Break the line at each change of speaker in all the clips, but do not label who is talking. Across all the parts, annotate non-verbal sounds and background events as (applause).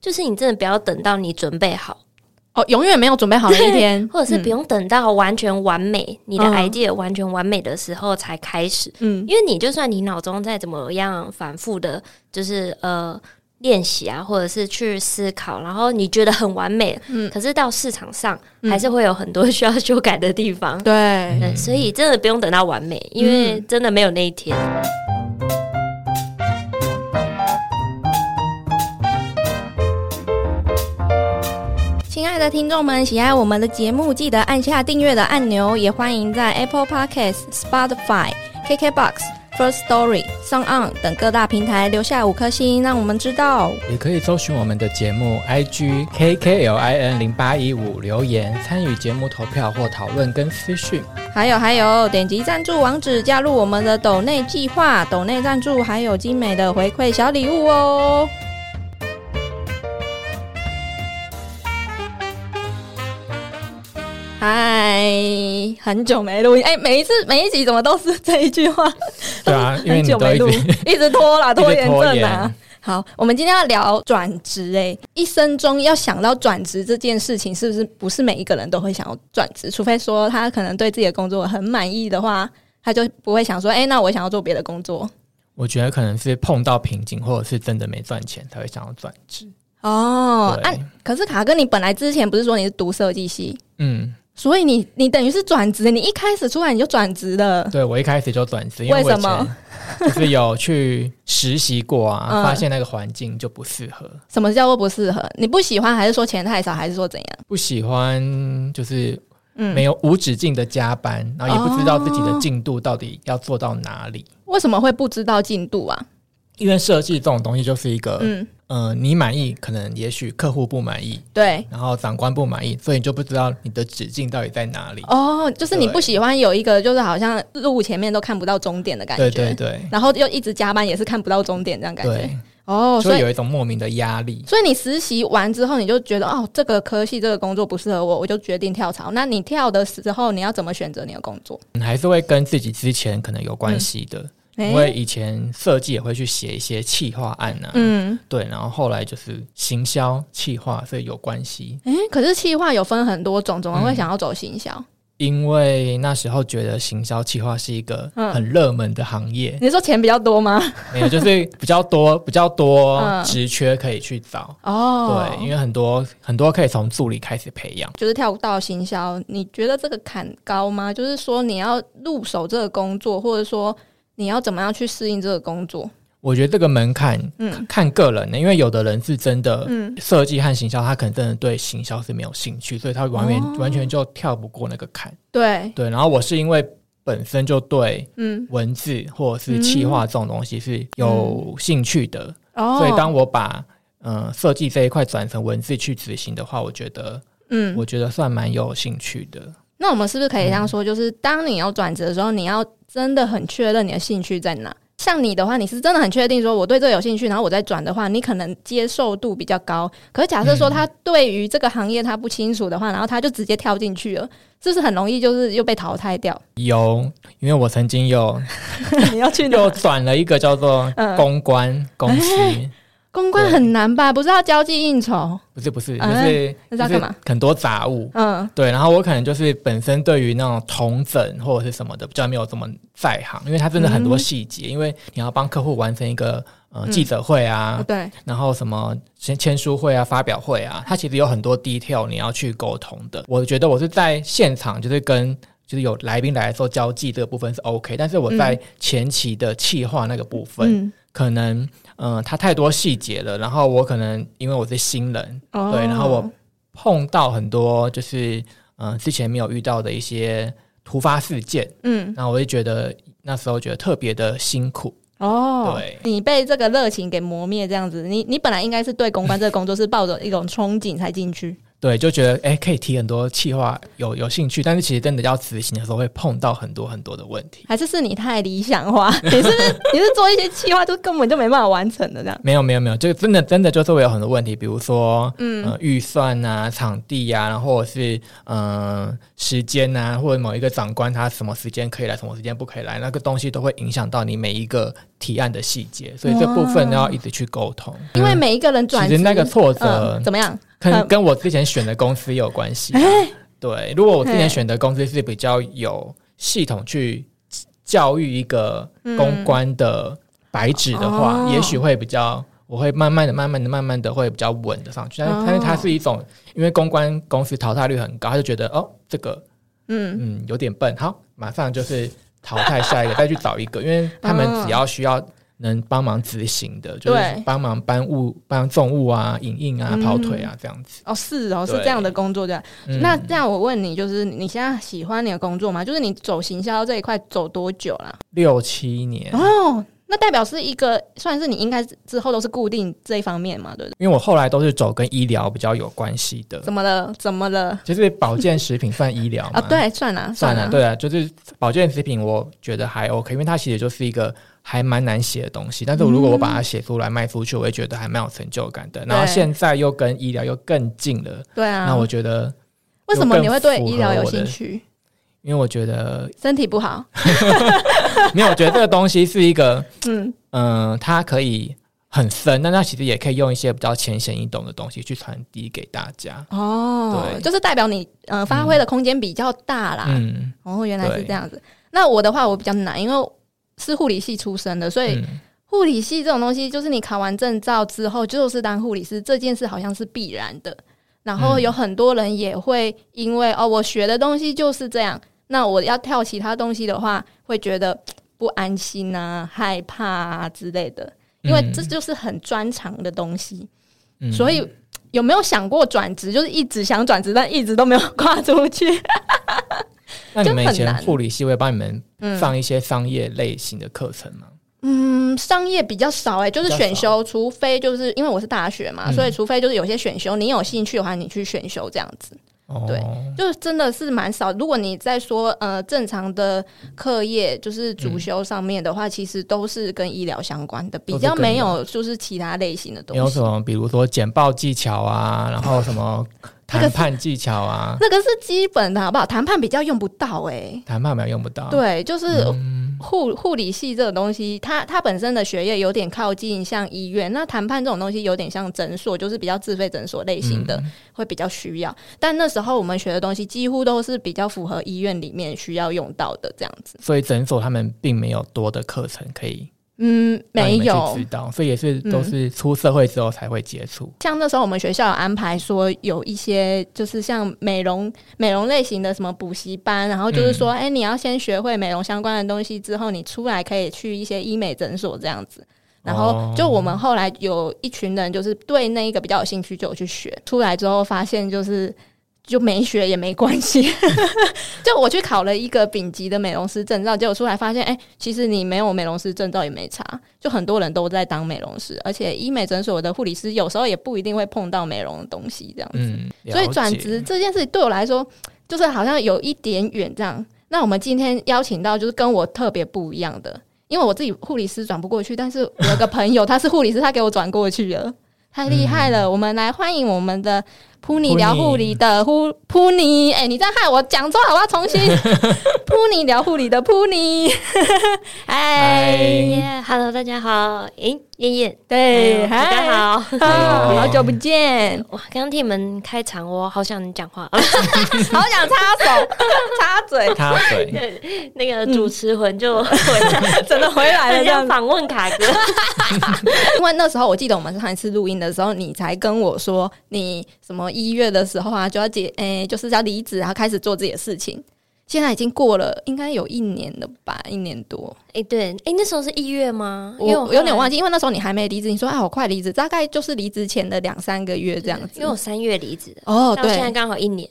就是你真的不要等到你准备好
哦，永远没有准备好的一天， (laughs)
或者是不
嗯
用等到完全完美，你的
嗯
idea 完全完美的时候才开始。
嗯
因为你就算你脑中再怎么样反复的，就是呃练习啊，或者是去思考，然后你觉得很完美，
嗯
可是到市场上
嗯
还是会有很多需要修改的地方。
对，嗯
对，所以真的不用等到完美，因为真的没有那一天。
亲爱的听众们，喜爱我们的节目，记得按下订阅的按钮，也欢迎在 Apple Podcast、Spotify、KKBox、First Story、s o n On 等各大平台留下五颗星，让我们知道。
也可以搜寻我们的节目 IG KKLIN 零八一五留言，参与节目投票或讨论跟
(laughs)
私讯。
还有还有，点击赞助网址加入我们的抖内计划，抖内赞助还有精美的回馈小礼物哦。嗨，很久没录音，哎、每一次每一集怎么都是这一句话？
对啊，因为
(laughs) 很
你
久
都
没
一
录，
直
(laughs) 一直拖啦，拖延
一
症
直拖
啊
延。
好，我们今天要聊转职诶，一生中要想到转职这件事情，是不是不是每一个人都会想要转职？除非说他可能对自己的工作很满意的话，他就不会想说，哎、那我想要做别的工作
(laughs) 我觉得可能是碰到瓶颈，或者是真的没赚钱才会想要转职。
哦。
对
啊，可是卡哥，你本来之前不是说你是读设计系，
嗯，
所以你你等于是转职，你一开始出来你就转职了。
对我一开始就转职，因为
为
我以
什么
前 (laughs) 就是有去实习过啊，
嗯
发现那个环境就不适合，
什么叫做不适合？你不喜欢，还是说钱太少，还是说怎样？
不喜欢就是
嗯，哦
没有无止境的加班，然后也不知道自己的进度到底要做到哪里。
为什么会不知道进度啊？
因为设计这种东西就是一个，
嗯，
呃，你满意，可能也许客户不满意，
对。
然后长官不满意，所以你就不知道你的止境到底在哪里。
哦，就是你
对
不喜欢有一个就是好像路前面都看不到终点的感觉，
对对对
然后又一直加班也是看不到终点这样感觉。
对，
哦，
就
所
会
以
有一种莫名的压力。
所以你实习完之后，你就觉得哦，这个科系这个工作不适合我，我就决定跳槽。那你跳的时候，你要怎么选择你的工作？
嗯还是会跟自己之前可能有关系的，因为
诶
以前设计也会去写一些企划案啊，
嗯，
对，然后后来就是行销企划，所以有关系。
哎、可是企划有分很多种，总会
嗯
想要走行销。
因为那时候觉得行销企划是一个
嗯
很热门的行业，
你说钱比较多吗？
没有就是比较多比较多
嗯
职缺可以去找。
哦，
对，因为很多很多可以从助理开始培养。
就是跳到行销，你觉得这个坎高吗？就是说你要入手这个工作，或者说你要怎么样去适应这个工作？
我觉得这个门槛
嗯
看个人的，因为有的人是真的
嗯，
设计和行销，他可能真的对行销是没有兴趣，所以他完全、
哦
完全就跳不过那个坎。
对，
对，然后我是因为本身就对
嗯，
文字或者是企划这种东西是有兴趣的，
哦，
所以当我把嗯设计这一块转成文字去执行的话，我觉得、
嗯，
我觉得算蛮有兴趣的。
那我们是不是可以这样
嗯
说？就是当你要转职的时候，你要真的很确认你的兴趣在哪。像你的话，你是真的很确定说我对这个有兴趣，然后我再转的话，你可能接受度比较高。可是假设说
嗯
他对于这个行业他不清楚的话，然后他就直接跳进去了，是不是很容易就是又被淘汰掉？
有，因为我曾经有
(laughs) 你要去哪
又转了一个叫做
嗯
公关公
(laughs)
司，
公关很难吧？不是要交际应酬？
不是不是，就
嗯
是
那
就
在干嘛
是很多杂物。
嗯，
对，然后我可能就是本身对于那种同整或者是什么的比较没有这么在行，因为它真的很多细节，
嗯
因为你要帮客户完成一个呃记者会啊，
哦对，
然后什么签签书会啊、发表会啊，它其实有很多 detail 你要去沟通的。我觉得我是在现场就是跟就是有来宾来的时候交际这个部分是 OK，但是我在前期的企划那个部分，
嗯，
可能嗯、呃它太多细节了，然后我可能因为我是新人，
哦
对，然后我碰到很多就是嗯、呃之前没有遇到的一些突发事件，
嗯，
那我就觉得那时候觉得特别的辛苦，
哦，
对
你被这
(laughs)
个热情给磨灭，这样子，你你本来应该是对公关这个工作是抱着一种憧憬才进去，
对，就觉得哎、诶可以提很多企划，有有兴趣，但是其实真的要执行的时候，会碰到很多很多的问题。
还是是你太理想
(laughs)
化？你是不是你是做一些计划就根本就没办法完成的这样？
没有没有没有，这个真的真的就是会有很多问题，比如说嗯、呃预算啊、场地啊，然后或者是嗯、呃时间啊，或者某一个长官他什么时间可以来，什么时间不可以来，那个东西都会影响到你每一个提案的细节，所以这部分要一直去沟通。
因为
嗯
每一个人哦转
其
职
实那个挫折
嗯、怎么样？
跟
很哎
跟我之前选的公司也有关系啊、对，如果我之前选的公司是比较有系统去教育一个公关的白纸的话，
嗯哦
也许会比较。我会慢慢的、慢慢的、慢慢的会比较稳的上去，但是、但是
哦
它是一种，因为公关公司淘汰率很高，他就觉得哦，这个
嗯，
嗯有点笨，好，马上就是淘汰下一个，再去找一个，因为他们
哦
只要需要能帮忙执行的，就是
对
帮忙搬物、帮重物啊、影印啊、跑腿啊这样子。
哦，是哦，是
对
这样的工作这样。
嗯
那这样我问你，就是你现在喜欢你的工作吗？就是你走行销这一块走多久了？
六七年，
哦，那代表是一个算是你应该之后都是固定这一方面嘛，对不对？
因为我后来都是走跟医疗比较有关系的，
怎么了？怎么了？
就是保健食品算医疗
啊，，
嘛
对，算了
(laughs) 算
了
了，，对啊，就是保健食品，我觉得还 OK，因为它其实就是一个还蛮难写的东西，但是如果我把它写出来卖出去，我会觉得还蛮有成就感的。然后
对
现在又跟医疗又更近了，
对啊。
那我觉得，
为什么
有更
你会对医疗有
符合我
兴
的
趣？
因为我觉得
身体不
(laughs)
好，
没有，我觉得这个东西是一个，
(laughs) 嗯，
嗯、它可以很深，但它其实也可以用一些比较浅显易懂的东西去传递给大家。
哦，
对
就是代表你呃发挥的空间比较大啦。
嗯
哦，原来是
对
这样子。那我的话，我比较难，因为是护理系出身的，所以
嗯，
护理系这种东西，就是你考完证照之后，就是当护理师这件事好像是必然的。然后
嗯
有很多人也会因为、哦，我学的东西就是这样，那我要跳其他东西的话，会觉得嘖不安心啊、害怕啊之类的，因为
嗯
这就是很专长的东西。
嗯
所以有没有想过转职？就是一直想转职，但一直都没有跨出去。
那你们
就
以
很
前
难
护理系会帮你们
嗯
上一些商业类型的课程吗？
嗯，商业比较少哎、就是
比较
选修，除非就是因为我是大学嘛，
嗯
所以除非就是有些选修，你有兴趣的话，你去选修这样子，
哦
对就是真的是蛮少。如果你在说呃正常的课业，就是主修上面的话，其实都是跟医疗相关的，比
都是
较
跟
没
医疗
有就是其他类型的东
没有
西
什。么，比如说简报技巧啊，然后什么
那个
谈
是
判技巧
(laughs)
啊，
那个是基本的好不好？谈判比较用不到哎、
谈判没有用不到。，
对，就是
嗯
护护理系这个东西，它它本身的学业有点靠近像医院，那谈判这种东西有点像诊所，就是比较自费诊所类型的、
嗯
会比较需要。但那时候我们学的东西几乎都是比较符合医院里面需要用到的这样子。
所以诊所他们并没有多的课程可以
嗯，
让
没
你们去
有
知。道，所以也是
嗯
都是出社会之后才会接触。
像那时候我们学校有安排说有一些就是像美容美容类型的什么补习班，然后就是说，哎、你要先学会美容相关的东西之后，你出来可以去一些医美诊所这样子。然后
哦
就我们后来有一群人就是对那一个比较有兴趣，就有去学。出来之后发现就是。就没学也没关系，就我去考了一个丙级的美容师证照，结果出来发现，哎、其实你没有美容师证照也没差，就很多人都在当美容师，而且医美诊所的护理师有时候也不一定会碰到美容的东西，这样子。
嗯，
所以
了
转
解
职这件事对我来说，就是好像有一点远这样。那我们今天邀请到就是跟我特别不一样的，因为我自己护理师转不过去，但是我有个朋友他是护理师，他给我转过去
(laughs)
了，太厉害
嗯
了！我们来欢迎我们的普尼聊护理的呼普尼，哎、你这样害我讲错，好不好？重
(laughs)
新普尼聊护理的普尼，嗨，
耶、h e l l o 大家好，诶，燕燕，
对，
哎大
嗨，
家好，
啊
Hello
好久不见，
哇，刚刚听你们开场，我好想讲 (laughs) 话。哎
好想插手 (laughs) 插
(laughs)
嘴，
插
(laughs)
嘴，
那个主持魂就 (laughs) 回来，
真的回来了
很
这样
像
子。
访问卡 (laughs) 哥。
(laughs) 因为那时候我记得我们上一次录音的时候，你才跟我说你什么一月的时候啊，就要解，诶、就是要离职，然后开始做自己的事情。现在已经过了，应该有一年了吧，一年多。
诶，哎对，诶，那时候是一月吗？
我
因为后
我
来
有点忘，记，因为那时候你还没离职，你说啊，我快离职，大概就是离职前的两三个月这样子
因为。我三月离职的，
哦，
到现在
对，
刚好一年。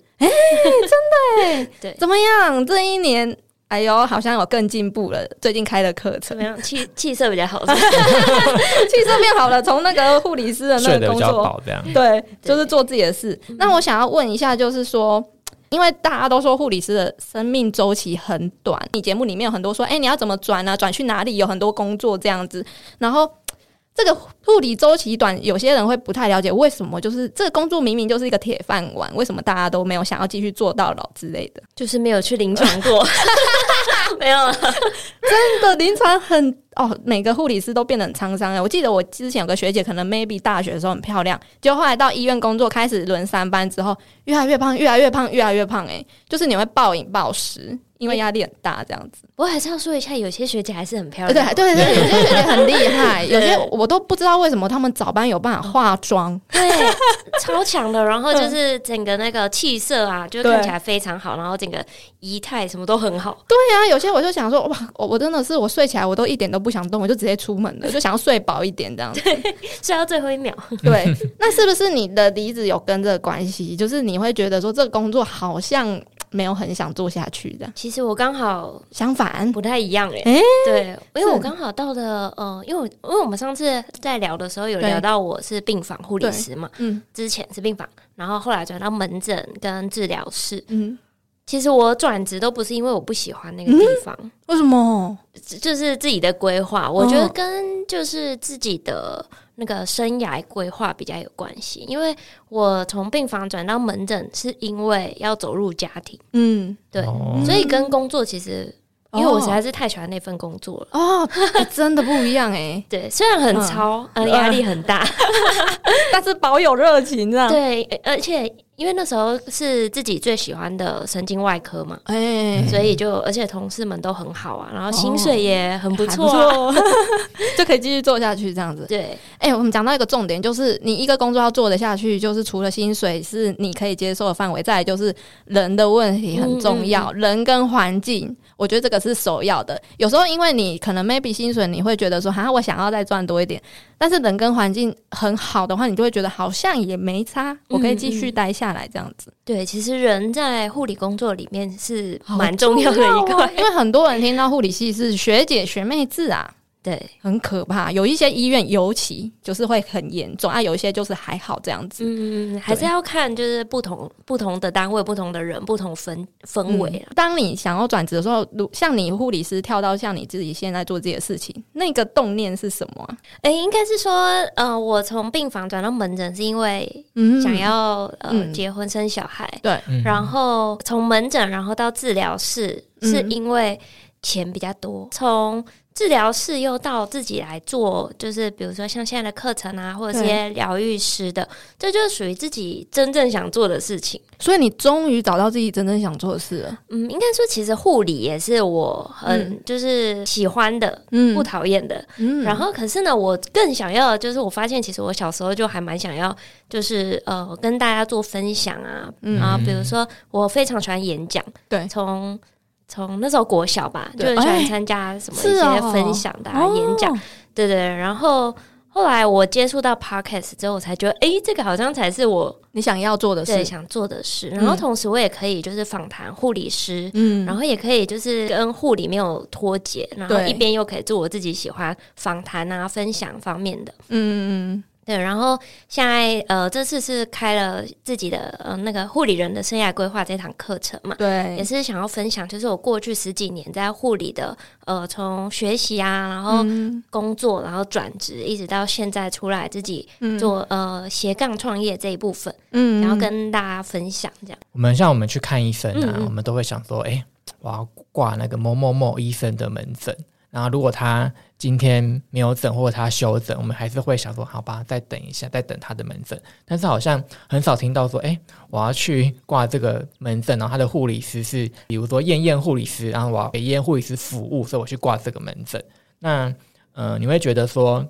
怎么样？这一年哎呦，好像有更进步了，最近开的课
怎
程 (laughs)
么，样？ (laughs) 气气色比较好，
气色变好了，从那个护理师的那
睡
个
得比
工
较
作，
饱这样。
对，就是做自己的事。那我想要问一下，就是说。因为大家都说护理师的生命周期很短，你节目里面有很多说，哎、你要怎么转啊？转去哪里？有很多工作这样子。然后这个护理周期短，有些人会不太了解为什么，就是这个工作明明就是一个铁饭碗，为什么大家都没有想要继续做到老之类的？
就是没有去临床 (laughs) 过，没有了。
真的临床很哦，每个护理师都变得很沧桑哎。我记得我之前有个学姐，可能 maybe 大学的时候很漂亮，结果后来到医院工作，开始轮三班之后，越来越胖，越来越胖，越来越胖哎，就是你会暴饮暴食，因为压力很大这样子。
我还是要说一下，有些学姐还是很漂
对
亮，
对对对，有些学姐很厉害，有些
对
我都不知道为什么他们早班有办法化妆，
对，超强的。然后就是整个那个气色啊，就看起来非常好，然后整个仪态什么都很好。
对啊，有些我就想说，哇，我我真的是我睡起来我都一点都不想动，我就直接出门了，就想要睡饱一点这样子。
睡到最后一秒，
(laughs) 对，那是不是你的离职有跟这个关系？就是你会觉得说这个工作好像没有很想做下去的，
其实我刚好
相反，
不太一样哎、
诶
对，因为我
是
刚好到的，呃，因为我因为我们上次在聊的时候有
对
聊到我是病房护理
对
师嘛，
嗯
之前是病房，然后后来转到门诊跟治疗室。
嗯，
其实我转职都不是因为我不喜欢那个地方，
为什么？
只就是自己的规划，我觉得
哦
跟就是自己的那个生涯规划比较有关系。因为我从病房转到门诊，是因为要走入家庭，
嗯，
对，
哦
所以跟工作其实，因为我实在
才
是太喜欢那份工作了。，
哦，哎真的不一样哎
对，虽然很超，呃，压力很大，
(laughs) 但是保有热情这样，
对，呃而且因为那时候是自己最喜欢的神经外科嘛，
哎，
所以就而且同事们都很好啊，然后薪
哦
水也很不
还
错啊，
不错， (laughs) 就可以继续做下去这样子。
对，
哎、我们讲到一个重点，就是你一个工作要做得下去，就是除了薪水是你可以接受的范围，再来就是人的问题
嗯
很重要，人跟环境，我觉得这个是首要的。有时候因为你可能 maybe 薪水，你会觉得说，哈，我想要再赚多一点，但是人跟环境很好的话，你就会觉得好像也没差，我
嗯
可以继续待下来这样子。
对，其实人在护理工作里面是蛮重要的一
哇
块，
因为很多人听到护理系是学姐学妹制啊，
对，
很可怕。有一些医院尤其就是会很严重啊，有一些就是还好这样子。
嗯，还是要看就是不同不同的单位、不同的人、不同氛氛围啊。
嗯当你想要转职的时候，如像你护理师跳到像你自己现在做自己的事情，那个动念是什么、啊？
哎、应该是说，呃，我从病房转到门诊是因为
嗯
想要、呃
嗯
结婚生小孩，
对，
嗯
然后从门诊然后到治疗室，
嗯
是因为钱比较多，从。治疗室又到自己来做，就是比如说像现在的课程啊，或者是一些疗愈师的，这就是属于自己真正想做的事情。
所以你终于找到自己真正想做的事了。
嗯，应该说其实护理也是我很就是喜欢的，
嗯
不讨厌的。
嗯
然后可是呢，我更想要的就是我发现其实我小时候就还蛮想要，就是呃跟大家做分享啊，
嗯
啊，比如说我非常喜欢演讲，
对
从。从那时候国小吧，就
对
很喜欢
哎
参加什么
是
一些
哦
分享的、啊演讲，
哦
对对。然后后来我接触到 podcast 之后，我才觉得，诶，这个好像才是我
你想要做的
最
事，
想做的事。然后同时我也可以就是访谈护理师，
嗯
然后也可以就是跟护理没有脱节，然后
对
一边又可以做我自己喜欢访谈啊、分享方面的。
嗯嗯
对，然后现在呃，这次是开了自己的呃那个护理人的生涯规划这堂课程嘛
嗯，，对
也，是想要分享，就是我过去十几年在护理的呃，从学习啊，然后
嗯
工作，然后转职，一直到现在出来自己
嗯
做、呃斜杠创业这一部分，
嗯
然后跟大家分享这样。
我们像我们去看医生啊，
嗯嗯
我们都会想说，哎、我要挂那个某某某医生的门诊。然后如果他今天没有诊或者他休诊，我们还是会想说，好吧，再等一下，再等他的门诊。但是好像很少听到说，哎，我要去挂这个门诊，然后他的护理师是，比如说燕燕护理师，然后我要给燕燕护理师服务，所以我去挂这个门诊。那呃，你会觉得说，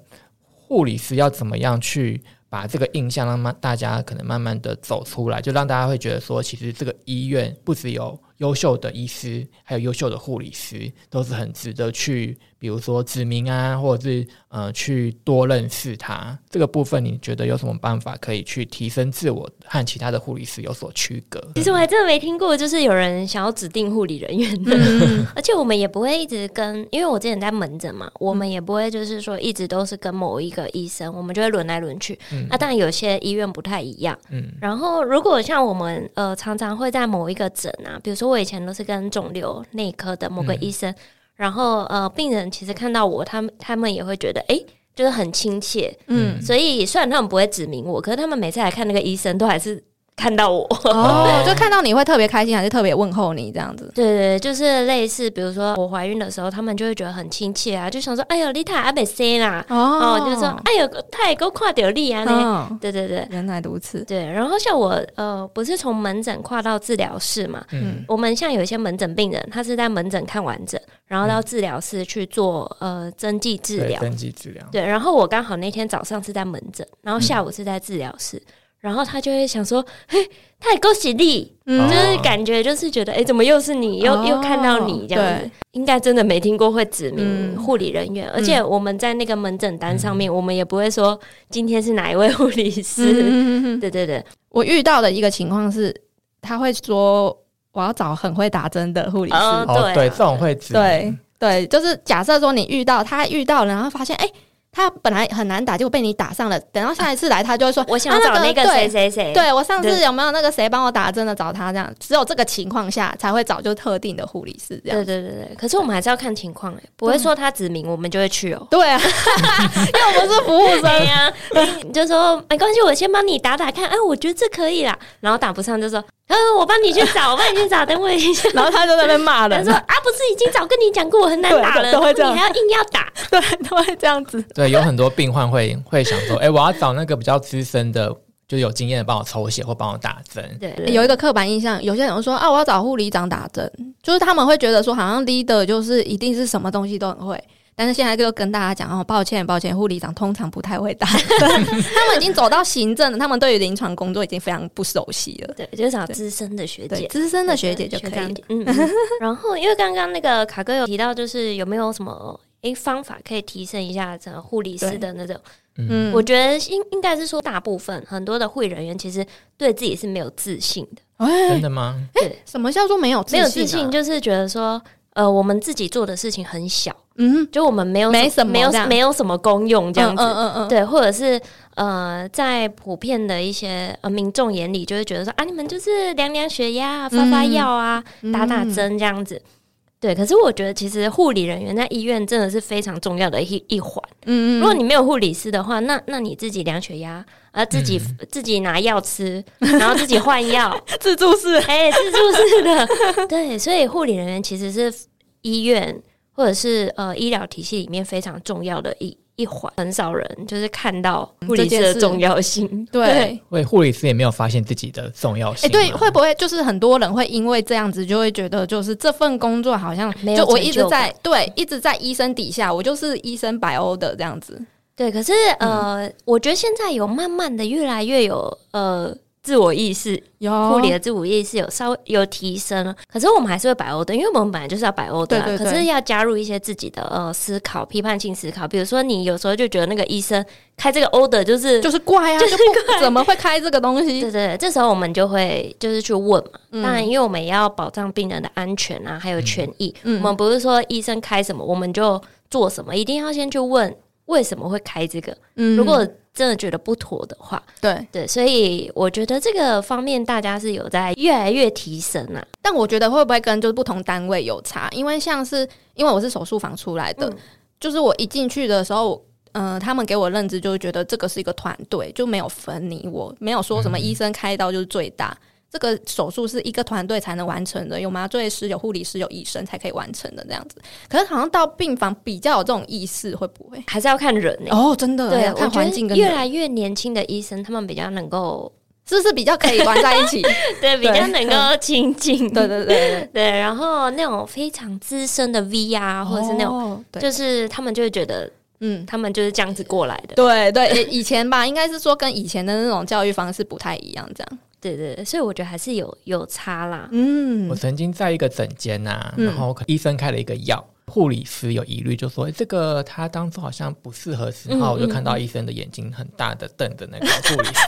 护理师要怎么样去把这个印象让慢大家可能慢慢的走出来，就让大家会觉得说，其实这个医院不只有优秀的医师，还有优秀的护理师，都是很值得去，比如说指名啊，或者是呃去多认识他。这个部分你觉得有什么办法可以去提升自我和其他的护理师有所区隔？
其实我还真的没听过，就是有人想要指定护理人员的， (laughs) 而且我们也不会一直跟，因为我之前在门诊嘛，我们也不会就是说一直都是跟某一个医生，我们就会轮来轮去。那、当然有些医院不太一样，
嗯
然后如果像我们呃常常会在某一个诊啊，比如说我以前都是跟肿瘤内科的某个医生，然后呃病人其实看到我，他们他们也会觉得诶，就是很亲切，
嗯，
所以虽然他们不会指名我，可是他们每次来看那个医生，都还是看到我。
哦，就看到你会特别开心，还是特别问候你这样子？
对对，对就是类似，比如说我怀孕的时候，他们就会觉得很亲切啊，就想说：“哎呦，丽塔阿北生啦。”
哦
哦，就是说：“哎呦，他也够跨掉力啊！”那、
嗯，
对对对
原来如此，
对。然后像我呃，不是从门诊跨到治疗室嘛？
嗯
我们像有一些门诊病人，他是在门诊看完整，然后到治疗室去做呃针剂治
对
疗。
升级治疗，
对，然后我刚好那天早上是在门诊，然后下午是在治疗室，然后他就会想说，嘿，太恭喜你，
嗯
哦
就是感觉就是觉得，哎，怎么又是你，又、
哦
又看到你这样子
对，
应该真的没听过会指名
嗯
护理人员，而且我们在那个门诊单上面，我们也不会说今天是哪一位护理师，
嗯，
对对对，
我遇到的一个情况是，他会说我要找很会打针的护理师，
哦对啊
哦，对，这种会指名
对对，就是假设说你遇到他遇到了，然后发现哎、他本来很难打，结果被你打上了，等到下一次来，他就会说，
我想
啊
找
那
那
个
个谁谁谁，
对我上次
对
有没有那个谁帮我打针的，找他这样，只有这个情况下才会找就特定的护理师这
对。
样
对对对，可是我们还是要看情况哎、不
嗯
会说他指名我们就会去哦、 (laughs)
对啊， (laughs) 因为我们是服务生，
对呀、你就说没关系，我先帮你打打看，哎、我觉得这可以啦。然后打不上就说，嗯，我帮你去找，我帮你去找，等我一下。
然后他就在那边骂
他
人
说，啊，不是已经早跟你讲过我很难
对
打了，
都会这
然后
样
你还要硬要打，
对， (laughs) 他会这样子。
对，有很多病患会会想说，哎、我要找那个比较资深的，就是有经验的帮我抽血或帮我打针。
对，
有一个刻板印象，有些人会说啊，我要找护理长打针，就是他们会觉得说，好像 leader 就是一定是什么东西都很会。但是现在就跟大家讲哦，抱歉，抱歉，护理长通常不太会打针， (laughs) 他们已经走到行政了，他们对于临床工作已经非常不熟悉了。
对，就是找资深的学
对，
姐。
资深的学姐就可以
长
了。
姐嗯，
(laughs)
嗯然后因为刚刚那个卡哥有提到，就是有没有什么诶方法可以提升一下这个护理师
对
的那种？
嗯，
我觉得应应该是说，大部分很多的护理人员其实对自己是没有自信的。
真
哎，
的吗？
对，
什么叫做没有
没有
自
自信，
信啊？
就是觉得说，呃，我们自己做的事情很小，
嗯，
就我们没有
没什么
没有
这样
没有什么功用这样子。
嗯嗯嗯，嗯，
对，或者是呃，在普遍的一些呃民众眼里，就会觉得说啊，你们就是量量血压啊、发发药啊、
嗯
打打。针这样子。对，可是我觉得其实护理人员在医院真的是非常重要的一一环。
嗯嗯，
如果你没有护理师的话，那那你自己量血压，啊，自己、
嗯
自己拿药吃，然后自己换药，
自助式，
(laughs) 哎、自助式的， (laughs) 对，所以护理人员其实是医院或者是呃医疗体系里面非常重要的一一环，很少人就是看到
嗯
护理师的重要性。
对，
为护理师也没有发现自己的重要
哎、
性吗。
对，会不会就是很多人会因为这样子，就会觉得就是这份工作好像
没有
就我
成
一
就
直在对一直在医生底下，我就是医生白欧的这样子。
对，可是呃，
嗯
我觉得现在有慢慢的越来越有呃。自我意识，
有
护理的自我意识有稍微有提升了，可是我们还是会摆欧的，因为我们本来就是要摆欧的、啊，
对对对
可是要加入一些自己的呃思考、批判性思考，比如说你有时候就觉得那个医生开这个 order 就是
就是怪啊，就不怎么会开这个东西？
对对对，这时候我们就会就是去问嘛。
嗯
当然，因为我们也要保障病人的安全啊，还有权益。
嗯
我们不是说医生开什么我们就做什么，一定要先去问为什么会开这个。
嗯
如果真的觉得不妥的话，
对，
对，所以我觉得这个方面大家是有在越来越提升啊。
但我觉得会不会跟就是不同单位有差？因为像是因为我是手术房出来的，
嗯
就是我一进去的时候。嗯，他们给我认知就是觉得这个是一个团队，就没有分你我，没有说什么医生开刀就是最大，这个手术是一个团队才能完成的，有麻醉师、有护理师、有医生才可以完成的这样子。可是好像到病房比较有这种意识，会不会？
还是要看人呢、
哦，真的，
对，
要
哎我
看
觉
环境
得
跟
越
人
来越年轻的医生，他们比较能
(laughs)
够
是不是比较可以玩在一
(laughs)
起？
对比较能够 (laughs) 亲近，
对对对对，
(laughs) 对，然后那种非常资深的 V 啊，或者是那种
种对，
就是他们就会觉得
嗯，
他们就是这样子过来的。 (laughs)
对对，以以前吧，应该是说跟以前的那种教育方式不太一样，这样。
对对对，所以我觉得还是有有差啦。
嗯
我曾经在一个诊间呐、
嗯
然后医生开了一个药，护理师有疑虑，就说、诶哎这个他当初好像不适合吃，
嗯
然后我就看到医生的眼睛很大的瞪着那个护
(laughs)
理师，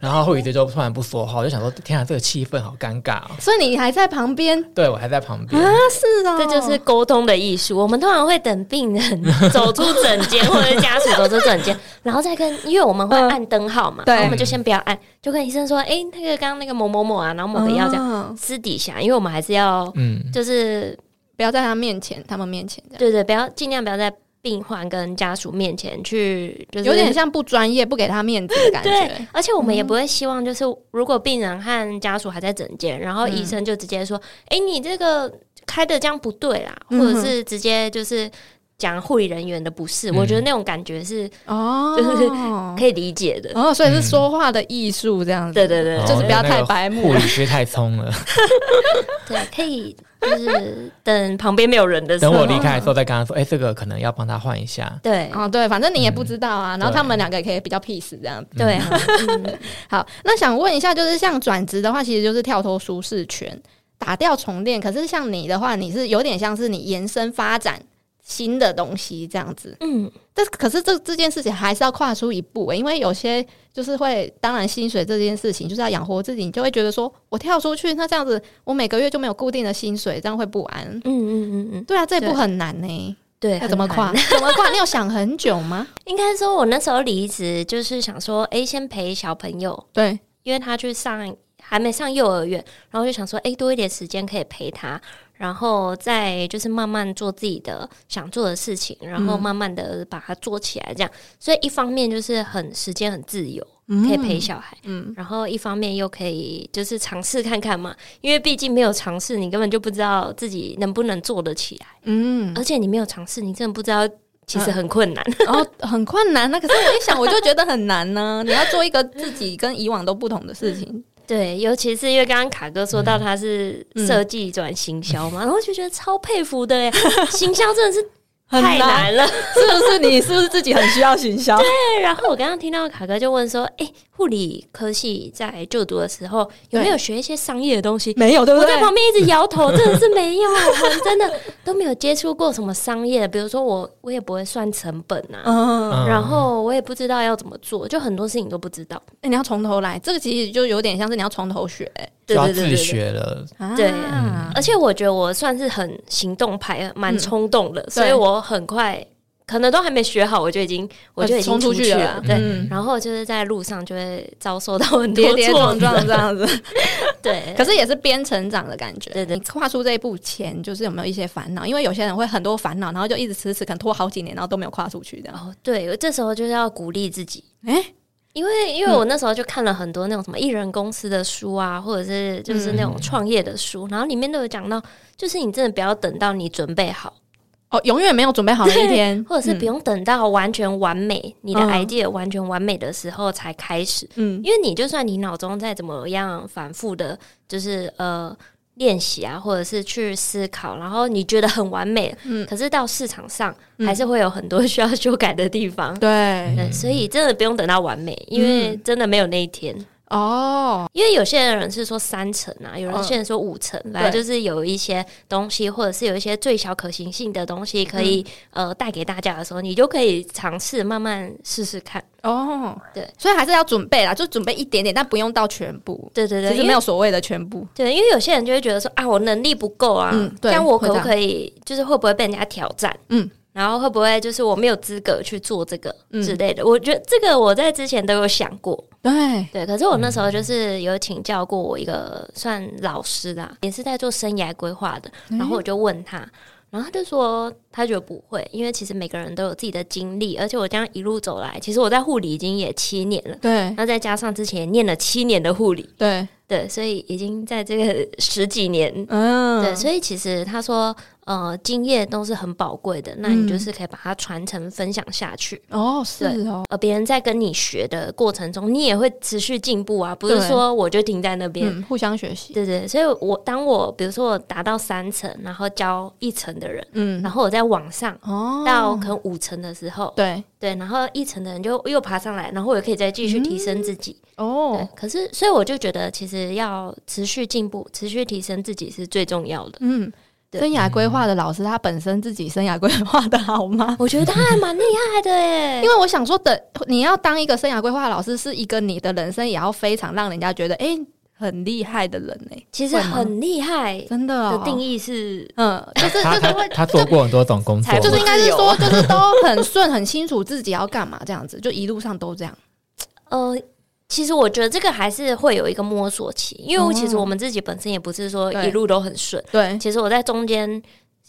然后护理师就突然不说话，我就想说天啊，这个气氛好尴尬哦。
所以你还在旁边
对我还在旁边，
啊？是哦，
这就是沟通的艺术。我们通常会等病人走出诊间，或者家属走出诊
(laughs)
间，然后再跟，因为我们会
嗯
按灯号嘛，
对
然后我们就先不要按，就跟医生说，哎、那个刚刚那个某某某啊，然后某个药这样，
哦
私底下，因为我们还是要
嗯，
就是
不要在他面前，他们面前这样，
对对，不要尽量不要在病患跟家属面前去，就是
有点像不专业，不给他面子的感
对
(laughs) 觉。，嗯
而且我们也不会希望，就是如果病人和家属还在诊间，然后医
嗯
生就直接说：“哎、你这个开的这样不对啦”，
嗯
或
哼
者是直接就是讲护理人员的不是。
嗯
我觉得那种感觉是
哦，
就是可以理解的。
(laughs) 哦，所以是说话的艺术这样子。
对对对
就是不要太白
哦那个
目
护。理师太聪了，
对，可以就是等旁边没有人的时
等我
候，
离开的时候再跟他说，哎、这个可能要帮他换一下。
对嗯
哦，对，反正你也不知道啊，然后
对
他们两个也可以比较 peace 这样子。
对啊，嗯
好，那想问一下，就是像转职的话，其实就是跳脱舒适圈，打掉重练。可是像你的话，你是有点像是你延伸发展新的东西这样子。
嗯，
但可是这这件事情还是要跨出一步、欸，因为有些就是会，当然薪水这件事情就是要养活自己，你就会觉得说我跳出去，那这样子我每个月就没有固定的薪水，这样会不安
嗯。嗯嗯嗯，
对啊，这一步
对
很难呢、欸
对，
要怎么
很难
跨？ (laughs) 怎么跨？你有想很久吗？
应该说，我那时候离职就是想说，哎、先陪小朋友，
(laughs) 对，
因为他去上还没上幼儿园，然后就想说，哎、多一点时间可以陪他，然后再就是慢慢做自己的想做的事情，然后
嗯
慢慢的把它做起来，这样。所以一方面就是很时间很自由，
嗯
可以陪小孩。
嗯，
然后一方面又可以就是尝试看看嘛，因为毕竟没有尝试，你根本就不知道自己能不能做得起来，
嗯，
而且你没有尝试，你真的不知道，其实很困难。
然后哦很困难。那啊可是我一想，我就觉得很难呢、你要做一个自己跟以往都不同的事情，
对，尤其是因为刚刚卡哥说到他是设计转行销嘛，然后就觉得超佩服的耶，行销真的是
很
太难了。
(laughs) 是不是？你是不是自己很需要行 (laughs) 销？
对，然后我刚刚听到卡哥就问说：“哎、护理科系在就读的时候有没有学一些商业的东西？”
没有，对不
我
嗯对
在？旁边一直摇头，真的是没有，啊我们真的都没有接触过什么商业的，比如说我我也不会算成本啊，
嗯，
嗯
然后我也不知道要怎么做，就很多事情都不知道。
欸你要从头来，这个其实就有点像是你要从头学、欸
就
对
要
对对
自
对对。
学了，
啊
对而且我觉得我算是很行动派，呃
嗯
蛮冲动的，所以我很快可能都还没学好，我就已经我就已经
呃冲出
出
去
去
了
了，对。
嗯
然后就是在路上就会遭受到很多
跌跌
挫
撞
折，
撞这样子，
对，
(laughs) 可是也是边成长的感觉。
对对
你跨出这一步前，就是有没有一些烦恼？因为有些人会很多烦恼，然后就一直迟迟，可能拖好几年，然后都没有跨出去这样。
哦，对，我这时候就是要鼓励自己，
哎、
因为
嗯
因为我那时候就看了很多那种什么艺人公司的书啊，或者
嗯
是就是那种创业的书，然后里面都有讲到，就是你真的不要等到你准备好，
哦，永远没有准备好的一天，
或者是不用等到完全完美，你的
嗯
idea 完全完美的时候才开始。
嗯，
因为你就算你脑中再怎么样反复的，就是呃练习啊，或者是去思考，然后你觉得很完美，
嗯
可是到市场上
嗯
还是会有很多需要修改的地方。
对，
对，所以真的不用等到完美，因为
嗯
真的没有那一天。
哦，
因为有些人是说三成啊，有
嗯
人现在说五成，反正就是有一些东西，或者是有一些最小可行性的东西，可以、
嗯
呃带给大家的时候，你就可以尝试慢慢试试看。
哦，
对，
所以还是要准备啦，就准备一点点，但不用到全部。
对对对，
其实
因为
没有所谓的全部，
对，因为有些人就会觉得说啊，我能力不够啊，
嗯对
这样我可
会
不
这样
可以，就是会不会被人家挑战？
嗯
嗯，然后会不会就是我没有资格去做这个
嗯
之类的？我觉得这个我在之前都有想过，
对，
对，可是我那时候就是有请教过我一个算老师啦，也是在做生涯规划的，然后我就问他。然后他就说，他觉得不会，因为其实每个人都有自己的经历，而且我这样一路走来，其实我在护理已经也七年了，
对，
那再加上之前也念了七年的护理，
对，
对，所以已经在这个 (laughs) 十几年，
嗯，
对，所以其实他说，呃经验都是很宝贵的，那你
嗯
就是可以把它传承分享下去。
哦，是
对
哦，
呃，别人在跟你学的过程中，你也会持续进步啊，不是
对
说我就停在那边。
嗯，互相学习，
对对，所以我当我比如说我达到三层，然后教一层的人，
嗯，
然后我再往上
哦，
到可能五层的时候，
对，
对，然后一层的人就又爬上来，然后我也可以再继续提升自己。对
哦，，
可是所以我就觉得，其实要持续进步、持续提升自己是最重要的。
嗯，
对
生涯规划的老师他本身自己生涯规划的好吗？
我觉得他还蛮厉害的 (laughs) 耶，
因为我想说等你要当一个生涯规划老师，是一个你的人生也要非常让人家觉得哎、诶很厉害的人哎、
其实很厉害
真的、哦、
的定义是，
嗯，就是就
他
是
他
会
他做过很多种工作
才，
就是应该是
自
说
由
就是都很顺，很清楚自己要干嘛这样子，就一路上都这样。
呃，其实我觉得这个还是会有一个摸索期，因为
哦
其实我们自己本身也不是说
对
一路都很顺。
对，
其实我在中间，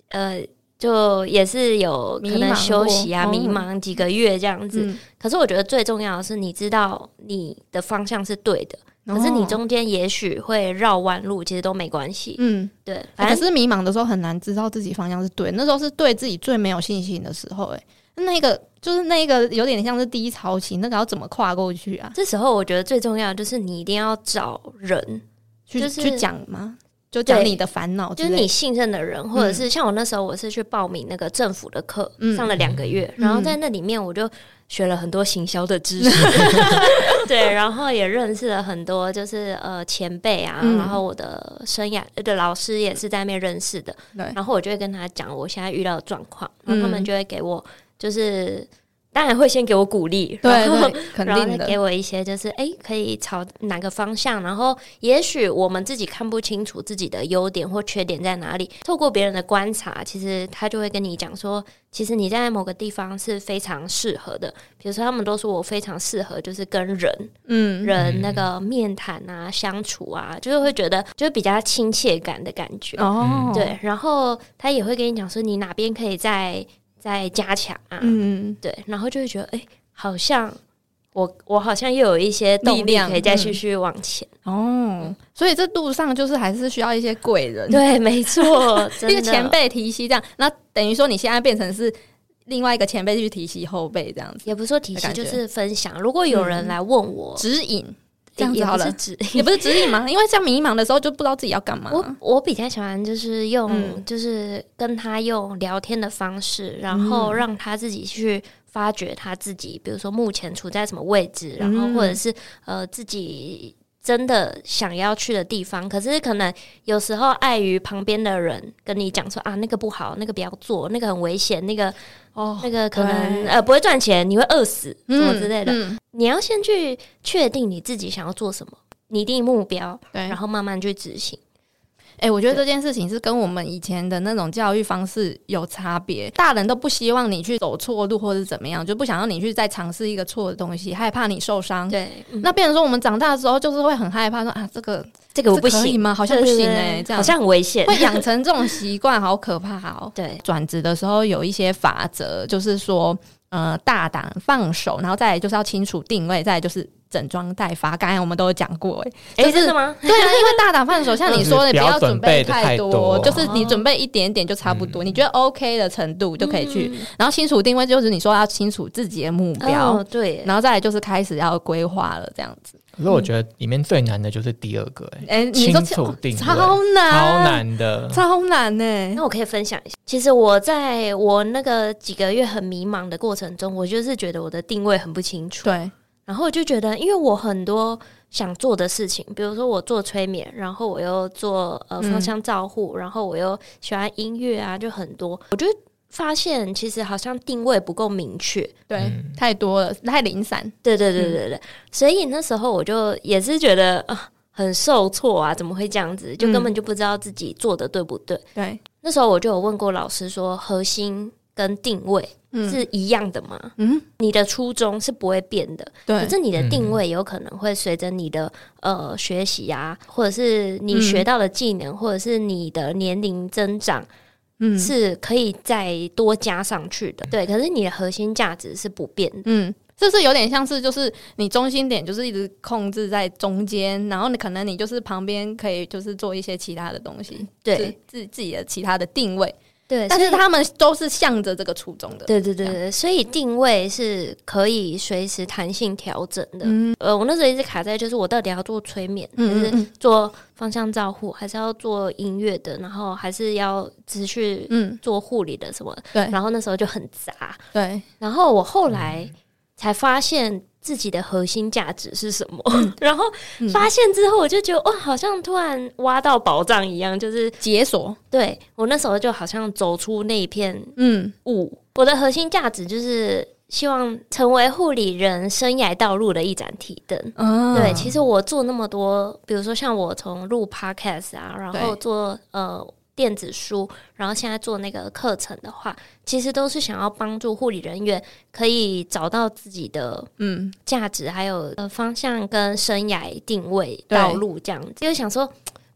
呃，就也是有可
迷茫
能
过
休息啊、
哦
迷茫几个月这样子。
嗯，
可是我觉得最重要的是，你知道你的方向是对的，可是你
哦
中间也许会绕弯路，其实都没关系。
嗯，
对，
欸
反
可
正
是迷茫的时候很难知道自己方向是对，那时候是对自己最没有信心的时候、欸，那个就是那个有点像是低潮期，那个要怎么跨过去啊？
这时候我觉得最重要的就是你一定要找人，
去、
就是
去讲吗？就讲
对
你的烦恼
就
之类
是
的，
你信任的人，或者是像我那时候我是去报名那个政府的课，
嗯
上了两个月，然后在那里面我就学了很多行销的知识，
(laughs)
对，然后也认识了很多就是呃前辈啊，
嗯
然后我的生涯呃的老师也是在那边认识的，
对，嗯
然后我就会跟他讲我现在遇到的状况，然后他们就会给我就是。当然会先给我鼓励，
对
然后 (laughs)
对，肯
然后
定
再
的
给，我一些就是哎、诶可以朝哪个方向？然后也许我们自己看不清楚自己的优点或缺点在哪里，透过别人的观察，其实他就会跟你讲说，其实你在某个地方是非常适合的。比如说，他们都说我非常适合，就是跟人
嗯，
人那个面谈啊、相处啊，就是会觉得就是比较亲切感的感觉。
哦，
对，啊然后他也会跟你讲说，你哪边可以再再加强啊，
嗯，
对，然后就会觉得，哎、好像我我好像又有一些
力
动力
量
可以再继续往前。
哦，所以这路上就是还是需要一些贵人，
对，没
(laughs)
错，真
一
的
个嗯前辈提携这样，那等于说你现在变成是另外一个前辈去提携后辈这样子，
也不是说提
的
醒，
感觉
就是分享。如果有人来问我，
指引
也
这样子
也
好
不
了
是，指
也不是指引嘛，因为像迷茫的时候就不知道自己要干嘛。
我我比较喜欢就是用，
嗯
就是跟他用聊天的方式，然
嗯
后让他自己去发掘他自己，比如说目前处在什么位置，然后
嗯
或者是呃自己真的想要去的地方。可是可能有时候碍于旁边的人跟你讲说啊，那个不好，那个不要做，那个很危险，那个
哦，
那个可能
对
呃不会赚钱，你会饿死什么之类的。
嗯嗯
你要先去确定你自己想要做什么，拟定目标，
对，
然后慢慢去执行。
哎、我觉得这件事情是跟我们以前的那种教育方式有差别。大人都不希望你去走错路或者怎么样，就不想让你去再尝试一个错的东西，害怕你受伤。
对，嗯
那变成说，我们长大之后就是会很害怕说啊，这个
这个我
这
不
可以
行，
吗？好像不
对对
行
对
哎、这样
好像很危险。
会养成这种习惯，好可怕哦。 (laughs)
对，
转职的时候有一些法则，就是说，呃，大胆放手，然后再来就是要清楚定位，再来就是整装待发。刚才我们都有讲过、欸，
哎、
就是
真的吗？
(laughs) 对啊，因为大胆放手，像你说的，
就是不
要
要
准
嗯准
备
备得
太
太
多，
多嗯
就是你准备一点点就差不多，你觉得 OK 的程度就可以去。然后清楚定位，就是你说要清楚自己的目标，
哦，对，
然后再来就是开始要规划了，这样子。
可是我觉得里面最难的就是第二个、哎、
哎、你说
清楚定位
超难，
超，难的，
超难欸呢、
那我可以分享一下。其实我在我那个几个月很迷茫的过程中，我就是觉得我的定位很不清楚，
对，
然后我就觉得，因为我很多想做的事情，比如说我做催眠，然后我又做呃
嗯
芳香照护，然后我又喜欢音乐啊，就很多，我就发现其实好像定位不够明确。
对，
嗯
太多了，太零散。
对对
嗯
对对对，所以那时候我就也是觉得啊、很受挫啊，怎么会这样子？就
嗯
根本就不知道自己做的对不对。
对，
那时候我就有问过老师说，核心跟定位
嗯
是一样的吗？
嗯，
你的初衷是不会变的，
对
可，是你的定位有可能会随着你的呃学习啊，或者是
嗯
你学到的技能，或者是你的年龄增长，
嗯，
是可以再多加上去的。对，可是你的核心价值是不变的。
嗯，是不是有点像是就是你中心点就是一直控制在中间，然后你可能你就是旁边可以就是做一些其他的东西，
对
自自自己的其他的定位，
对，
但
所以
是他们都是向着这个初衷的。
对对对
这
对，所以定位是可以随时弹性调整的。
嗯
呃，我那时候一直卡在就是我到底要做催眠，
嗯
还
嗯
是
嗯
做方向照护，还是要做音乐的，然后还是要持续
嗯，
做护理的什么的。
对嗯
然后那时候就很杂，
对，
然后我后来才发现自己的核心价值是什么， (laughs) 然后
嗯
发现之后我就觉得哇，好像突然挖到宝藏一样，就是
解锁，
对我那时候就好像走出那一片
嗯
五，我的核心价值就是希望成为护理人生涯道路的一盏提灯。
啊
对，其实我做那么多，比如说像我从录 podcast 啊，然后
对
做呃电子书，然后现在做那个课程的话，其实都是想要帮助护理人员可以找到自己的
嗯
价值，还有呃方向跟生涯定位
对
道路这样子。就想说，